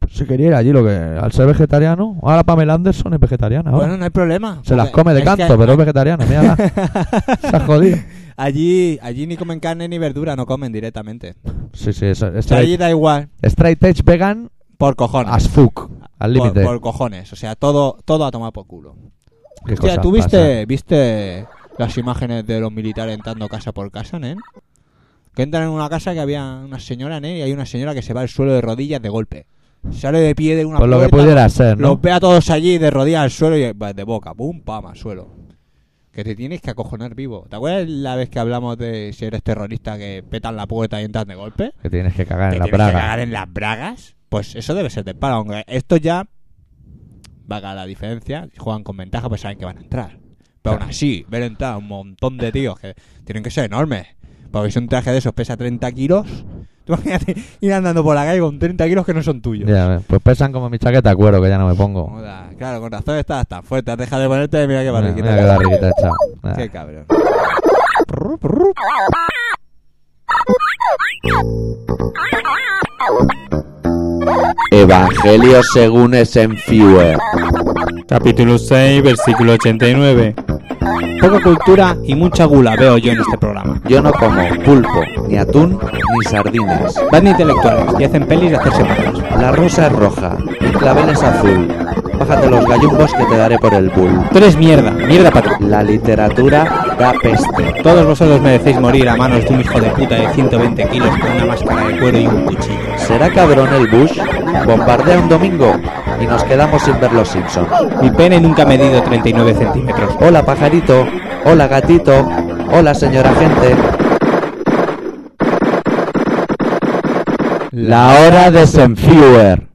Speaker 2: Pues Si quería ir allí, lo que al ser vegetariano, ahora Pamela Anderson es vegetariana. ahora.
Speaker 1: Bueno, no hay problema.
Speaker 2: se las
Speaker 1: porque
Speaker 2: come de
Speaker 1: es que-
Speaker 2: canto, pero es vegetariana, mírala.
Speaker 1: [LAUGHS]
Speaker 2: se ha jodido.
Speaker 1: allí, allí ni comen carne ni verdura, no comen directamente.
Speaker 2: Sí, sí, eso.
Speaker 1: O sea, allí
Speaker 2: Straight,
Speaker 1: da igual,
Speaker 2: straight edge vegan
Speaker 1: por cojones.
Speaker 2: as fuck. Al
Speaker 1: por,
Speaker 2: límite.
Speaker 1: por cojones, o sea, todo, todo a tomar por culo.
Speaker 2: Qué
Speaker 1: Hostia,
Speaker 2: cosas
Speaker 1: ¿tú
Speaker 2: pasan.
Speaker 1: viste, viste las imágenes de los militares entrando casa por casa, nen? Que entran en una casa que había una señora, nen, y hay una señora que se va al suelo de rodillas de golpe. Sale de pie de una
Speaker 2: Pues lo que
Speaker 1: puerta,
Speaker 2: pudiera ser, ¿no?
Speaker 1: Los ve a todos allí de rodillas al suelo y va de boca, pum, pam, al suelo. Que te tienes que acojonar vivo. ¿Te acuerdas la vez que hablamos de si eres terrorista que petan la puerta y entran de golpe?
Speaker 2: Que tienes que cagar
Speaker 1: Te
Speaker 2: en la
Speaker 1: tienes que cagar
Speaker 2: braga.
Speaker 1: en las bragas. Pues eso debe ser de palo. Aunque esto ya vaga la diferencia. Si juegan con ventaja, pues saben que van a entrar. Pero aún así, ver entrar a un montón de tíos que tienen que ser enormes. Porque si un traje de esos pesa 30 kilos, [LAUGHS] Tú imagínate ir andando por la calle con 30 kilos que no son tuyos.
Speaker 2: Ya, pues pesan como mi chaqueta de cuero, que ya no me pongo.
Speaker 1: Joda, claro, con razón estás tan fuerte. Has dejado de ponerte mira qué
Speaker 2: Mira,
Speaker 1: barriguita.
Speaker 2: mira qué barriguita hecha. Ah.
Speaker 1: Qué cabrón. Prr, prr.
Speaker 7: Evangelio según Eisenhower.
Speaker 8: Capítulo 6, versículo 89.
Speaker 1: Poca cultura y mucha gula veo yo en este programa.
Speaker 7: Yo no como pulpo, ni atún, ni sardinas.
Speaker 1: Van de intelectuales y hacen pelis de hacerse malos.
Speaker 7: La rosa es roja, el clavel es azul. Bájate los gallumbos que te daré por el bull.
Speaker 1: Tú eres mierda, mierda para ti.
Speaker 7: La literatura da peste.
Speaker 1: Todos vosotros merecéis morir a manos de un hijo de puta de 120 kilos con una máscara de cuero y un cuchillo.
Speaker 7: ¿Será cabrón el Bush? Bombardea un domingo y nos quedamos sin ver los Simpsons.
Speaker 1: Mi pene nunca ha medido 39 centímetros.
Speaker 7: Hola pajarito, hola gatito, hola señora gente.
Speaker 2: La hora de Senfuer.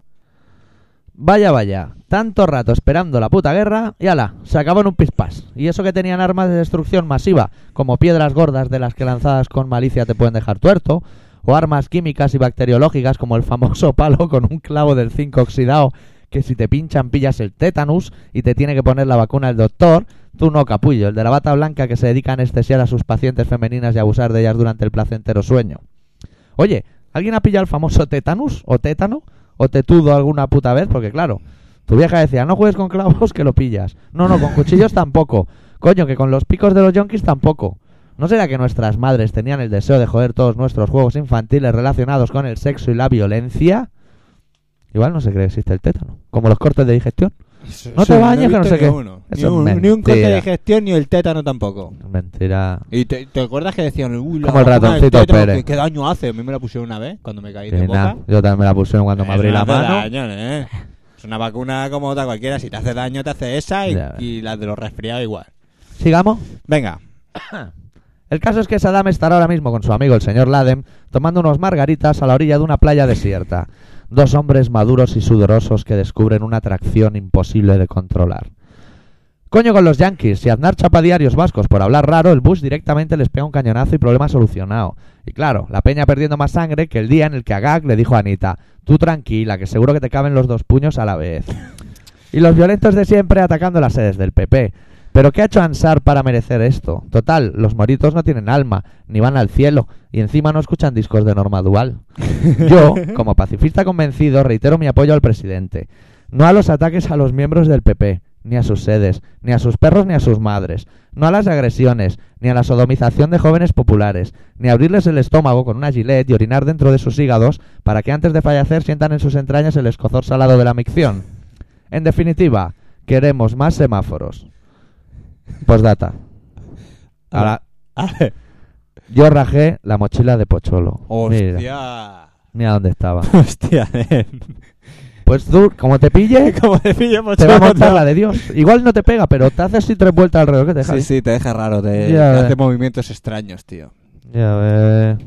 Speaker 2: Vaya, vaya. Tanto rato esperando la puta guerra y ala, se acabó en un pispás. Y eso que tenían armas de destrucción masiva, como piedras gordas de las que lanzadas con malicia te pueden dejar tuerto, o armas químicas y bacteriológicas como el famoso palo con un clavo del 5 oxidado que si te pinchan pillas el tétanus y te tiene que poner la vacuna el doctor, tú no capullo, el de la bata blanca que se dedica a anestesiar a sus pacientes femeninas y abusar de ellas durante el placentero sueño. Oye, ¿alguien ha pillado el famoso tetanus o tétano o tetudo alguna puta vez? Porque claro, tu vieja decía, no juegues con clavos [LAUGHS] que lo pillas. No, no, con cuchillos tampoco. Coño, que con los picos de los yonkis tampoco. ¿No será que nuestras madres tenían el deseo de joder todos nuestros juegos infantiles relacionados con el sexo y la violencia? Igual no se cree que existe el tétano. Como los cortes de digestión. No te bañes, que no sé qué.
Speaker 1: Ni
Speaker 2: Eso es
Speaker 1: un, ni un corte
Speaker 2: mentira.
Speaker 1: de digestión ni el tétano tampoco.
Speaker 2: Mentira.
Speaker 1: ¿Y te, te acuerdas que decían, uy, la
Speaker 2: Como
Speaker 1: vacuna
Speaker 2: el
Speaker 1: del
Speaker 2: ratoncito
Speaker 1: tétano,
Speaker 2: Pérez.
Speaker 1: ¿qué, qué daño hace? A mí me la pusieron una vez cuando me caí de
Speaker 2: Que
Speaker 1: boca.
Speaker 2: nada, yo también me la pusieron cuando me
Speaker 1: Eh,
Speaker 2: abrí
Speaker 1: no
Speaker 2: la
Speaker 1: hace
Speaker 2: mano.
Speaker 1: daño, ¿eh? Es una vacuna como otra cualquiera. Si te hace daño, te hace esa y,
Speaker 2: Ya ves.
Speaker 1: y las de los resfriados igual.
Speaker 2: Sigamos.
Speaker 1: Venga.
Speaker 2: El caso es que Saddam estará ahora mismo con su amigo el señor Ladem tomando unos margaritas a la orilla de una playa desierta. Dos hombres maduros y sudorosos que descubren una atracción imposible de controlar. Coño con los yankees, si Aznar chapa diarios vascos por hablar raro, el Bush directamente les pega un cañonazo y problema solucionado. Y claro, la peña perdiendo más sangre que el día en el que Agag le dijo a Anita, tú tranquila, que seguro que te caben los dos puños a la vez. Y los violentos de siempre atacando las sedes del PP. Pero ¿qué ha hecho Ansar para merecer esto? Total, los moritos no tienen alma, ni van al cielo, y encima no escuchan discos de norma dual. Yo, como pacifista convencido, reitero mi apoyo al presidente. No a los ataques a los miembros del PP, ni a sus sedes, ni a sus perros, ni a sus madres. No a las agresiones, ni a la sodomización de jóvenes populares, ni a abrirles el estómago con una gilet y orinar dentro de sus hígados para que antes de fallecer sientan en sus entrañas el escozor salado de la micción. En definitiva, queremos más semáforos. Postdata. Ahora, yo rajé la mochila de Pocholo. Mira,
Speaker 1: Hostia.
Speaker 2: mira dónde estaba.
Speaker 1: Hostia, eh.
Speaker 2: Pues tú, como te pille,
Speaker 1: [LAUGHS] Como te pillo por
Speaker 2: te va a
Speaker 1: chorro,
Speaker 2: montar
Speaker 1: no.
Speaker 2: la de Dios. Igual no te pega, pero te haces así tres vueltas alrededor que te deja. ¿eh?
Speaker 1: Sí, sí, te deja raro. Te,
Speaker 2: Ya
Speaker 1: te
Speaker 2: ves.
Speaker 1: hace movimientos extraños, tío.
Speaker 2: Ya ves.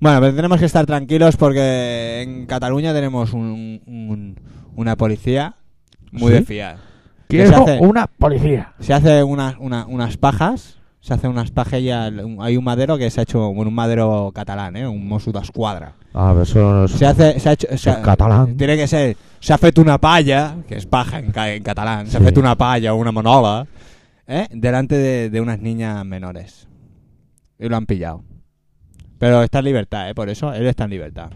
Speaker 1: Bueno, pero tenemos que estar tranquilos porque en Cataluña tenemos un- un- una policía muy
Speaker 2: ¿Sí?
Speaker 1: de fiar. ¿Qué se
Speaker 2: Quiero
Speaker 1: hace?
Speaker 2: una policía.
Speaker 1: Se hace una- una- unas pajas, se hace unas pajellas. Hay un madero que se ha hecho, bueno, un madero catalán, ¿eh? un mosso d'esquadra.
Speaker 2: Ah, pero eso no es...
Speaker 1: Se hace, se ha hecho, se ha-
Speaker 2: En catalán.
Speaker 1: Tiene que ser, se ha fet una palla, que es paja en, ca- en catalán, se ha
Speaker 2: Sí.
Speaker 1: fet una palla o una monola, ¿eh? delante de, de unas niñas menores. Y lo han pillado. Pero está en libertad, ¿eh? por eso él está en libertad.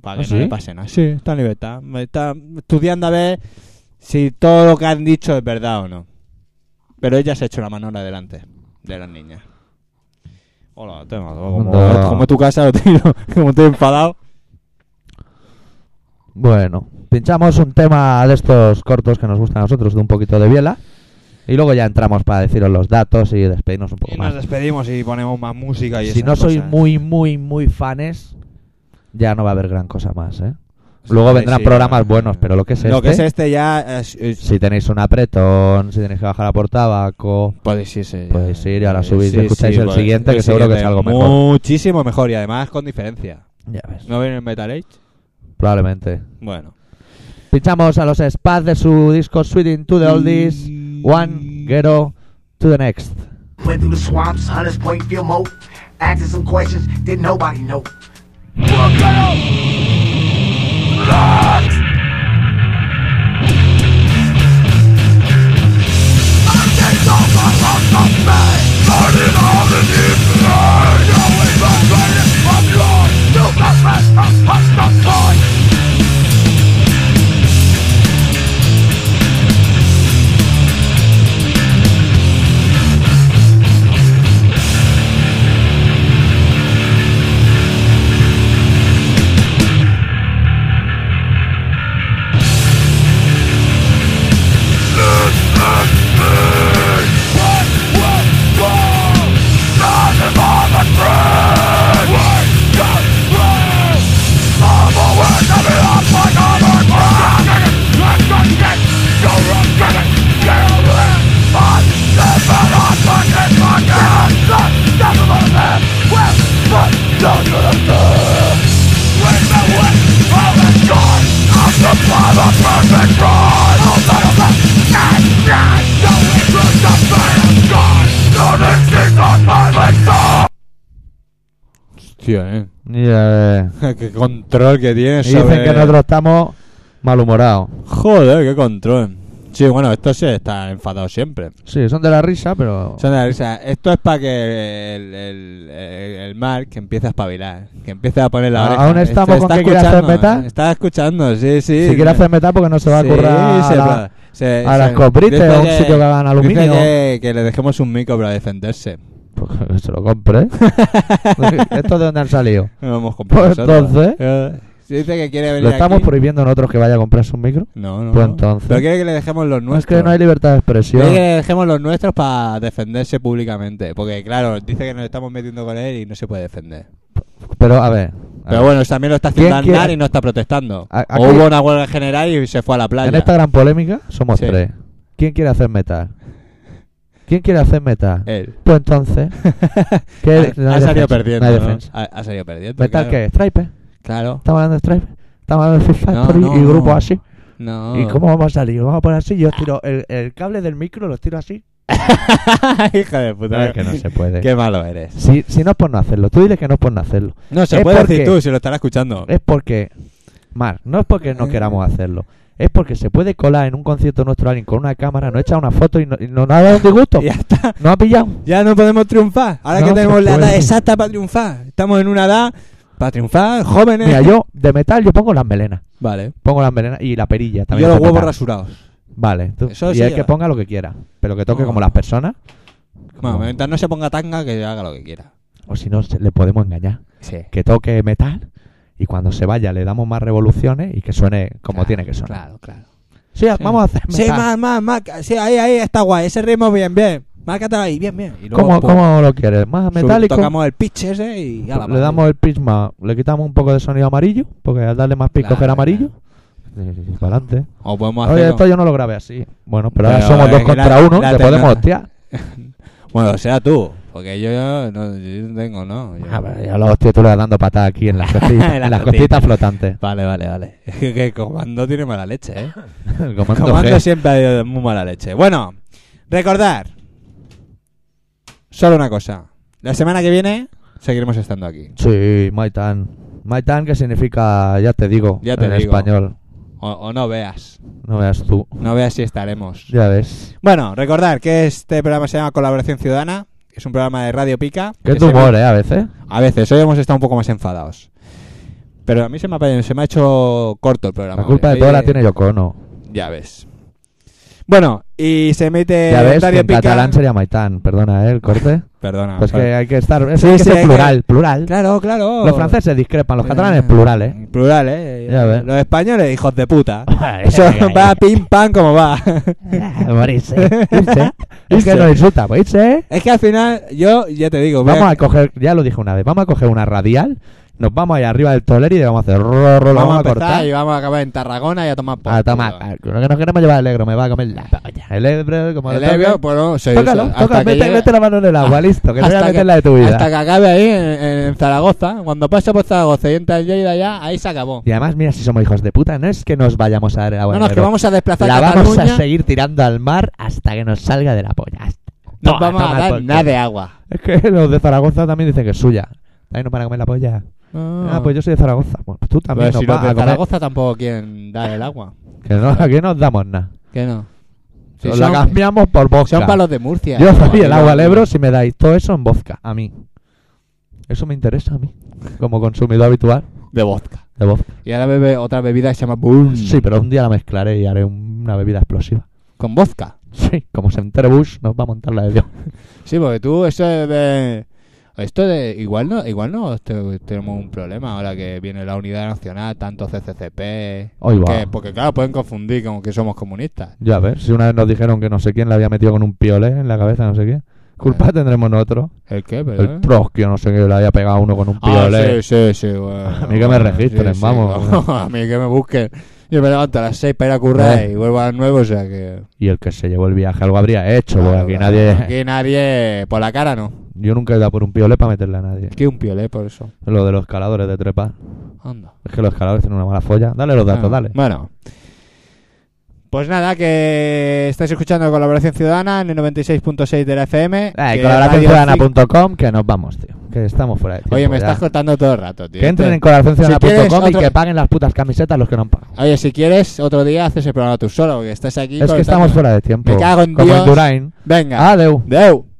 Speaker 1: Para que
Speaker 2: ¿Ah,
Speaker 1: no
Speaker 2: sí?
Speaker 1: le pase nada. Sí, está en libertad. Está estudiando a ver si todo lo que han dicho es verdad o no. Pero ella se ha hecho la manola delante de las niñas. Hola, te mato. Como,
Speaker 2: Anda.
Speaker 1: como tu casa lo tiro, [LAUGHS] como estoy enfadado.
Speaker 2: Bueno, pinchamos un tema de estos cortos que nos gustan a nosotros, de un poquito de biela. Y luego ya entramos para deciros los datos y despedirnos un poco
Speaker 1: Y nos
Speaker 2: Pues más.
Speaker 1: despedimos y ponemos más música y
Speaker 2: Si
Speaker 1: esas
Speaker 2: no sois
Speaker 1: cosas.
Speaker 2: muy, muy, muy fanes, ya no va a haber gran cosa más, ¿eh?
Speaker 1: Sí,
Speaker 2: Luego
Speaker 1: sí,
Speaker 2: vendrán
Speaker 1: sí,
Speaker 2: programas
Speaker 1: no.
Speaker 2: buenos, pero lo que es
Speaker 1: Lo que es
Speaker 2: este,
Speaker 1: este ya... es- es-
Speaker 2: si tenéis un apretón, si tenéis que bajar a por tabaco,
Speaker 1: Podéis irse. ya.
Speaker 2: Podéis ir y ahora
Speaker 1: Eh,
Speaker 2: subís y escucháis el
Speaker 1: podéis-
Speaker 2: siguiente, que seguro que es algo mejor.
Speaker 1: Muchísimo mejor y además con diferencia.
Speaker 2: ya ves,
Speaker 1: ¿No ven el Metal Age?
Speaker 2: probablemente.
Speaker 1: Bueno.
Speaker 2: Pinchamos a los Spaz de su disco Sweeting to the Oldies, One Ghetto to the Next.
Speaker 9: Went through the swamps, hunters, point field moat. Asking some questions, didn't nobody know.
Speaker 1: Hostia, eh.
Speaker 2: Ya, eh.
Speaker 1: [LAUGHS] qué control que tienes.
Speaker 2: Y dicen que nosotros estamos malhumorados.
Speaker 1: Joder, qué control. Sí, bueno, estos se están enfadados siempre.
Speaker 2: Sí, son de la risa, pero.
Speaker 1: Son de la risa. Esto es para que el, el, el, el Mark que empiece a espabilar, que empiece a poner la
Speaker 2: Ah,
Speaker 1: oreja.
Speaker 2: aún estamos
Speaker 1: Este
Speaker 2: con
Speaker 1: está
Speaker 2: que quiere hacer
Speaker 1: escuchando,
Speaker 2: metal.
Speaker 1: Está escuchando, sí, sí.
Speaker 2: si quiere hacer metal, porque no se va a
Speaker 1: Sí,
Speaker 2: currar.
Speaker 1: se
Speaker 2: a la-
Speaker 1: pla- se-
Speaker 2: a
Speaker 1: se-
Speaker 2: las coprites
Speaker 1: dice
Speaker 2: o un sitio que hagan aluminio.
Speaker 1: dice Que, que le dejemos un micro para defenderse.
Speaker 2: Pues que se
Speaker 1: [LAUGHS]
Speaker 2: lo compre. Pues ¿Esto de dónde han salido?
Speaker 1: No lo hemos comprado
Speaker 2: Pues
Speaker 1: nosotros.
Speaker 2: entonces-
Speaker 1: Eh, si dice que quiere venir
Speaker 2: ¿Le estamos
Speaker 1: aquí-
Speaker 2: prohibiendo a nosotros que vaya a comprarse un micro?
Speaker 1: No, no.
Speaker 2: Pues
Speaker 1: no.
Speaker 2: entonces.
Speaker 1: Pero quiere que le dejemos los
Speaker 2: No es
Speaker 1: nuestros.
Speaker 2: que no hay libertad de expresión.
Speaker 1: Quiere que le dejemos los nuestros para defenderse públicamente. Porque, claro, dice que nos estamos metiendo con él y no se puede defender.
Speaker 2: Pero a ver. a
Speaker 1: Pero
Speaker 2: ver.
Speaker 1: bueno, también lo está haciendo
Speaker 2: Ah. ¿Quién quiere-
Speaker 1: andar y no está protestando.
Speaker 2: A-
Speaker 1: O
Speaker 2: aquí-
Speaker 1: hubo una huelga general y se fue a la playa.
Speaker 2: en esta gran polémica somos
Speaker 1: Sí.
Speaker 2: tres. ¿Quién quiere hacer metal? ¿Quién quiere hacer metal? [LAUGHS]
Speaker 1: Él. [LAUGHS]
Speaker 2: Pues entonces. ¿qué-
Speaker 1: Ha-
Speaker 2: no
Speaker 1: ha,
Speaker 2: hay
Speaker 1: salido
Speaker 2: defensa,
Speaker 1: perdiendo.
Speaker 2: no hay
Speaker 1: ¿no?
Speaker 2: defensa.
Speaker 1: Ha, ha salido perdiendo.
Speaker 2: ¿Metal
Speaker 1: claro.
Speaker 2: qué? ¿Stripe?
Speaker 1: Claro.
Speaker 2: Estamos hablando de Stripe. Estamos hablando de Fifth
Speaker 1: No,
Speaker 2: Factory
Speaker 1: no,
Speaker 2: y grupos
Speaker 1: no.
Speaker 2: así.
Speaker 1: No.
Speaker 2: ¿Y
Speaker 1: [LAUGHS]
Speaker 2: cómo vamos a salir? Vamos a poner así. Yo tiro el, el cable del micro, lo tiro así.
Speaker 1: Hija de puta.
Speaker 2: Es que no se puede.
Speaker 1: Qué malo eres.
Speaker 2: Si, si no es por no hacerlo, tú diles que no es por no hacerlo.
Speaker 1: No, se
Speaker 2: Es
Speaker 1: puede
Speaker 2: porque-
Speaker 1: decir tú si lo estarás escuchando.
Speaker 2: Es porque, Mar, no es porque no queramos hacerlo. Es porque se puede colar en un concierto nuestro alguien con una cámara, no echa una foto y no, y no nos ha dado un disgusto.
Speaker 1: [LAUGHS] Ya está.
Speaker 2: No ha pillado.
Speaker 1: Ya no podemos triunfar. Ahora
Speaker 2: No
Speaker 1: que tenemos
Speaker 2: se
Speaker 1: la edad
Speaker 2: puede.
Speaker 1: exacta para triunfar. Estamos en una edad para triunfar, jóvenes.
Speaker 2: Mira, yo de metal yo pongo las melenas.
Speaker 1: Vale.
Speaker 2: Pongo las melenas y la perilla
Speaker 1: Y
Speaker 2: también.
Speaker 1: yo los
Speaker 2: de
Speaker 1: huevos
Speaker 2: metal.
Speaker 1: rasurados.
Speaker 2: Vale. tú-
Speaker 1: Eso
Speaker 2: y
Speaker 1: sí
Speaker 2: el
Speaker 1: lleva.
Speaker 2: que ponga lo que quiera. Pero que toque
Speaker 1: Oh.
Speaker 2: como las personas.
Speaker 1: Bueno, mientras no se ponga tanga, que haga lo que quiera.
Speaker 2: O si no, se- le podemos engañar.
Speaker 1: Sí.
Speaker 2: Que toque metal y cuando se vaya le damos más revoluciones y que suene como
Speaker 1: Claro,
Speaker 2: tiene que sonar.
Speaker 1: Claro, claro.
Speaker 2: Sí, vamos a hacer
Speaker 1: Sí,
Speaker 2: metal.
Speaker 1: más, más, más. Sí, ahí, ahí está guay. Ese ritmo, bien, bien. Márcatelo ahí, bien, bien. Y luego,
Speaker 2: ¿Cómo,
Speaker 1: pum,
Speaker 2: cómo lo quieres? ¿Más
Speaker 1: sub-
Speaker 2: metálico?
Speaker 1: Tocamos el pitch ese y a la
Speaker 2: le damos el pitch más, le quitamos un poco de sonido amarillo, porque al darle más pitch
Speaker 1: Claro,
Speaker 2: coger amarillo. eh, Para adelante.
Speaker 1: O podemos
Speaker 2: Oye,
Speaker 1: hacer.
Speaker 2: esto yo no lo grabé así. Bueno, pero, ahora
Speaker 1: Pero,
Speaker 2: somos
Speaker 1: eh,
Speaker 2: dos
Speaker 1: que
Speaker 2: contra
Speaker 1: la-
Speaker 2: uno,
Speaker 1: la
Speaker 2: te podemos
Speaker 1: tenaz- [LAUGHS]
Speaker 2: hostiar.
Speaker 1: Bueno, sea tú. Porque yo, yo no, yo no tengo, ¿no? Yo-
Speaker 2: Ah, pero yo los hostias tú le vas dando patadas
Speaker 1: [LAUGHS]
Speaker 2: aquí en las costillas,
Speaker 1: En
Speaker 2: en
Speaker 1: las
Speaker 2: las,
Speaker 1: costillas.
Speaker 2: costillas flotantes. [LAUGHS]
Speaker 1: Vale, vale, vale. [LAUGHS] Es que, que Comando tiene mala leche, ¿eh?
Speaker 2: El comando
Speaker 1: Comando
Speaker 2: G.
Speaker 1: siempre ha ido de muy mala leche. Bueno, recordar. Solo una cosa. La semana que viene seguiremos estando aquí.
Speaker 2: Sí, Maitan. Maitan que significa, ya te digo,
Speaker 1: Ya te
Speaker 2: en
Speaker 1: digo.
Speaker 2: español.
Speaker 1: O, o no veas.
Speaker 2: No veas tú.
Speaker 1: No veas si estaremos.
Speaker 2: Ya ves.
Speaker 1: Bueno, recordar que este programa se llama Colaboración Ciudadana. Es un programa de Radio Pica.
Speaker 2: Qué
Speaker 1: que se
Speaker 2: tumor,
Speaker 1: ve-
Speaker 2: eh, a veces.
Speaker 1: A veces, hoy hemos estado un poco más enfadados. Pero a mí se me ha, se me ha hecho corto el programa.
Speaker 2: La culpa de
Speaker 1: Oye,
Speaker 2: todo la tiene Yoko, ¿no?
Speaker 1: Ya ves. Bueno, y se emite
Speaker 2: Ya ves, que
Speaker 1: Radio
Speaker 2: en
Speaker 1: Eh, Pica.
Speaker 2: catalán sería Maitán. Perdona, ¿eh? El corte.
Speaker 1: Perdona.
Speaker 2: Pues que
Speaker 1: per-
Speaker 2: hay que estar. Es
Speaker 1: Sí,
Speaker 2: hay que
Speaker 1: sí,
Speaker 2: ser
Speaker 1: hay que-
Speaker 2: plural, plural.
Speaker 1: Claro, claro.
Speaker 2: Los franceses discrepan, los
Speaker 1: Eh,
Speaker 2: catalanes plural, ¿eh?
Speaker 1: Plural, ¿eh?
Speaker 2: Ya ves.
Speaker 1: Los españoles, hijos de
Speaker 2: [LAUGHS]
Speaker 1: puta.
Speaker 2: Ay,
Speaker 1: [LAUGHS] Eso
Speaker 2: ay, ay.
Speaker 1: va pim pam como va. [LAUGHS]
Speaker 2: Ah, Morirse. Irse. Es que
Speaker 1: Irse.
Speaker 2: nos insulta, pues, irse.
Speaker 1: es que al final, yo ya te digo, voy
Speaker 2: Vamos
Speaker 1: a-
Speaker 2: a coger, ya lo dije una vez, vamos a coger una radial, nos vamos allá arriba del tolero y le vamos a hacer ro, ro,
Speaker 1: vamos a
Speaker 2: Pues lo vamos a
Speaker 1: empezar
Speaker 2: cortar.
Speaker 1: y vamos a acabar en Tarragona y a tomar por
Speaker 2: A
Speaker 1: culo.
Speaker 2: tomar, ah, lo que nos queremos llevar el negro, me va a comer la polla. El negro, como
Speaker 1: El
Speaker 2: lo toque,
Speaker 1: ebrio, pues no, se
Speaker 2: Tócalo,
Speaker 1: hasta
Speaker 2: tócalo,
Speaker 1: que
Speaker 2: mete,
Speaker 1: llegue-
Speaker 2: mete la mano en el
Speaker 1: [LAUGHS]
Speaker 2: agua, listo, que no voy a
Speaker 1: hasta
Speaker 2: meter
Speaker 1: que-
Speaker 2: la de tu
Speaker 1: Hasta
Speaker 2: vida.
Speaker 1: que acabe ahí en, en Zaragoza. Cuando pase por Zaragoza y entra en Lleida ya, ahí se acabó.
Speaker 2: Y además, mira, si somos hijos de puta, no es que nos vayamos a dar el agua
Speaker 1: no,
Speaker 2: al
Speaker 1: no, es que
Speaker 2: negro.
Speaker 1: vamos a desplazar
Speaker 2: La vamos
Speaker 1: Cataluña.
Speaker 2: a seguir tirando al mar hasta que nos salga de la polla. Hasta-
Speaker 1: No
Speaker 2: Toma,
Speaker 1: vamos a
Speaker 2: toma,
Speaker 1: dar
Speaker 2: porque-
Speaker 1: nada de agua.
Speaker 2: [LAUGHS] Es que los de Zaragoza también dicen que es suya. Ahí nos van a comer la polla. Ah, pues yo soy de Zaragoza. Bueno, pues tú también
Speaker 1: Pero
Speaker 2: nos
Speaker 1: si
Speaker 2: vas
Speaker 1: los de
Speaker 2: a comer.
Speaker 1: Zaragoza tampoco quieren dar el agua.
Speaker 2: Que no, aquí no os damos nada.
Speaker 1: ¿Qué no? Si
Speaker 2: Os la
Speaker 1: son,
Speaker 2: cambiamos por vodka.
Speaker 1: son para los de Murcia.
Speaker 2: Yo
Speaker 1: No,
Speaker 2: doy el
Speaker 1: no,
Speaker 2: agua al
Speaker 1: no.
Speaker 2: Ebro si me dais todo eso en vodka, a mí. Eso me interesa a mí, como consumidor habitual
Speaker 1: De vodka.
Speaker 2: de vodka.
Speaker 1: Y ahora bebe otra bebida que se llama Bull.
Speaker 2: Sí, pero un día la mezclaré y haré un- una bebida explosiva. [LAUGHS]
Speaker 1: Con vodka.
Speaker 2: Sí, como se entere Bush, nos va a montar la de Dios.
Speaker 1: Sí, porque tú, eso de. Esto de. Igual no, igual no te- tenemos un problema ahora que viene la unidad nacional, tanto CCCP.
Speaker 2: Hoy va.
Speaker 1: que- porque, claro, pueden confundir como que somos comunistas.
Speaker 2: Ya ves, si una vez nos dijeron que no sé quién le había metido con un piolé en la cabeza, no sé qué.
Speaker 1: Eh.
Speaker 2: Culpa tendremos nosotros.
Speaker 1: ¿El qué,
Speaker 2: El
Speaker 1: perdón?
Speaker 2: Trotsky o no sé qué le había pegado a uno con un
Speaker 1: Eh. Ah,
Speaker 2: piolé.
Speaker 1: sí, sí, sí. bueno,
Speaker 2: A mí que me
Speaker 1: bueno,
Speaker 2: registren,
Speaker 1: [LAUGHS]
Speaker 2: vamos.
Speaker 1: a mí que me busquen. Yo me levanto a las 6 para ir a currar
Speaker 2: Eh.
Speaker 1: y vuelvo a las 9, o sea que.
Speaker 2: Y el que se llevó el viaje algo habría hecho, porque
Speaker 1: Claro,
Speaker 2: aquí
Speaker 1: claro,
Speaker 2: nadie.
Speaker 1: Aquí nadie. Por la cara no.
Speaker 2: [LAUGHS] Yo nunca he dado por un piolé para meterle a nadie.
Speaker 1: Aquí un piolé, por eso.
Speaker 2: Lo de los escaladores de trepar.
Speaker 1: Anda.
Speaker 2: Es que los escaladores tienen una mala folla. Dale los datos,
Speaker 1: Ah,
Speaker 2: dale.
Speaker 1: Bueno. Pues nada, que estáis escuchando Colaboración Ciudadana en el 96.6 de la FM.
Speaker 2: Eh,
Speaker 1: que Radio
Speaker 2: colaboracionciudadana.com que nos vamos, tío. Que estamos fuera de
Speaker 1: Cic-
Speaker 2: tiempo.
Speaker 1: Oye, me
Speaker 2: ya.
Speaker 1: estás cortando todo el rato, tío.
Speaker 2: Que entren en
Speaker 1: Este- Si
Speaker 2: colaboracionciudadana.com
Speaker 1: quieres,
Speaker 2: y que
Speaker 1: otro-
Speaker 2: paguen las putas camisetas los que no han pagado.
Speaker 1: Oye, si quieres, otro día haces el programa tú solo, que estás aquí.
Speaker 2: Es que
Speaker 1: cortando.
Speaker 2: estamos fuera de tiempo.
Speaker 1: Me cago en
Speaker 2: Como
Speaker 1: Dios.
Speaker 2: en Durain. Ah.
Speaker 1: Venga.
Speaker 2: Adeu.
Speaker 1: Deu.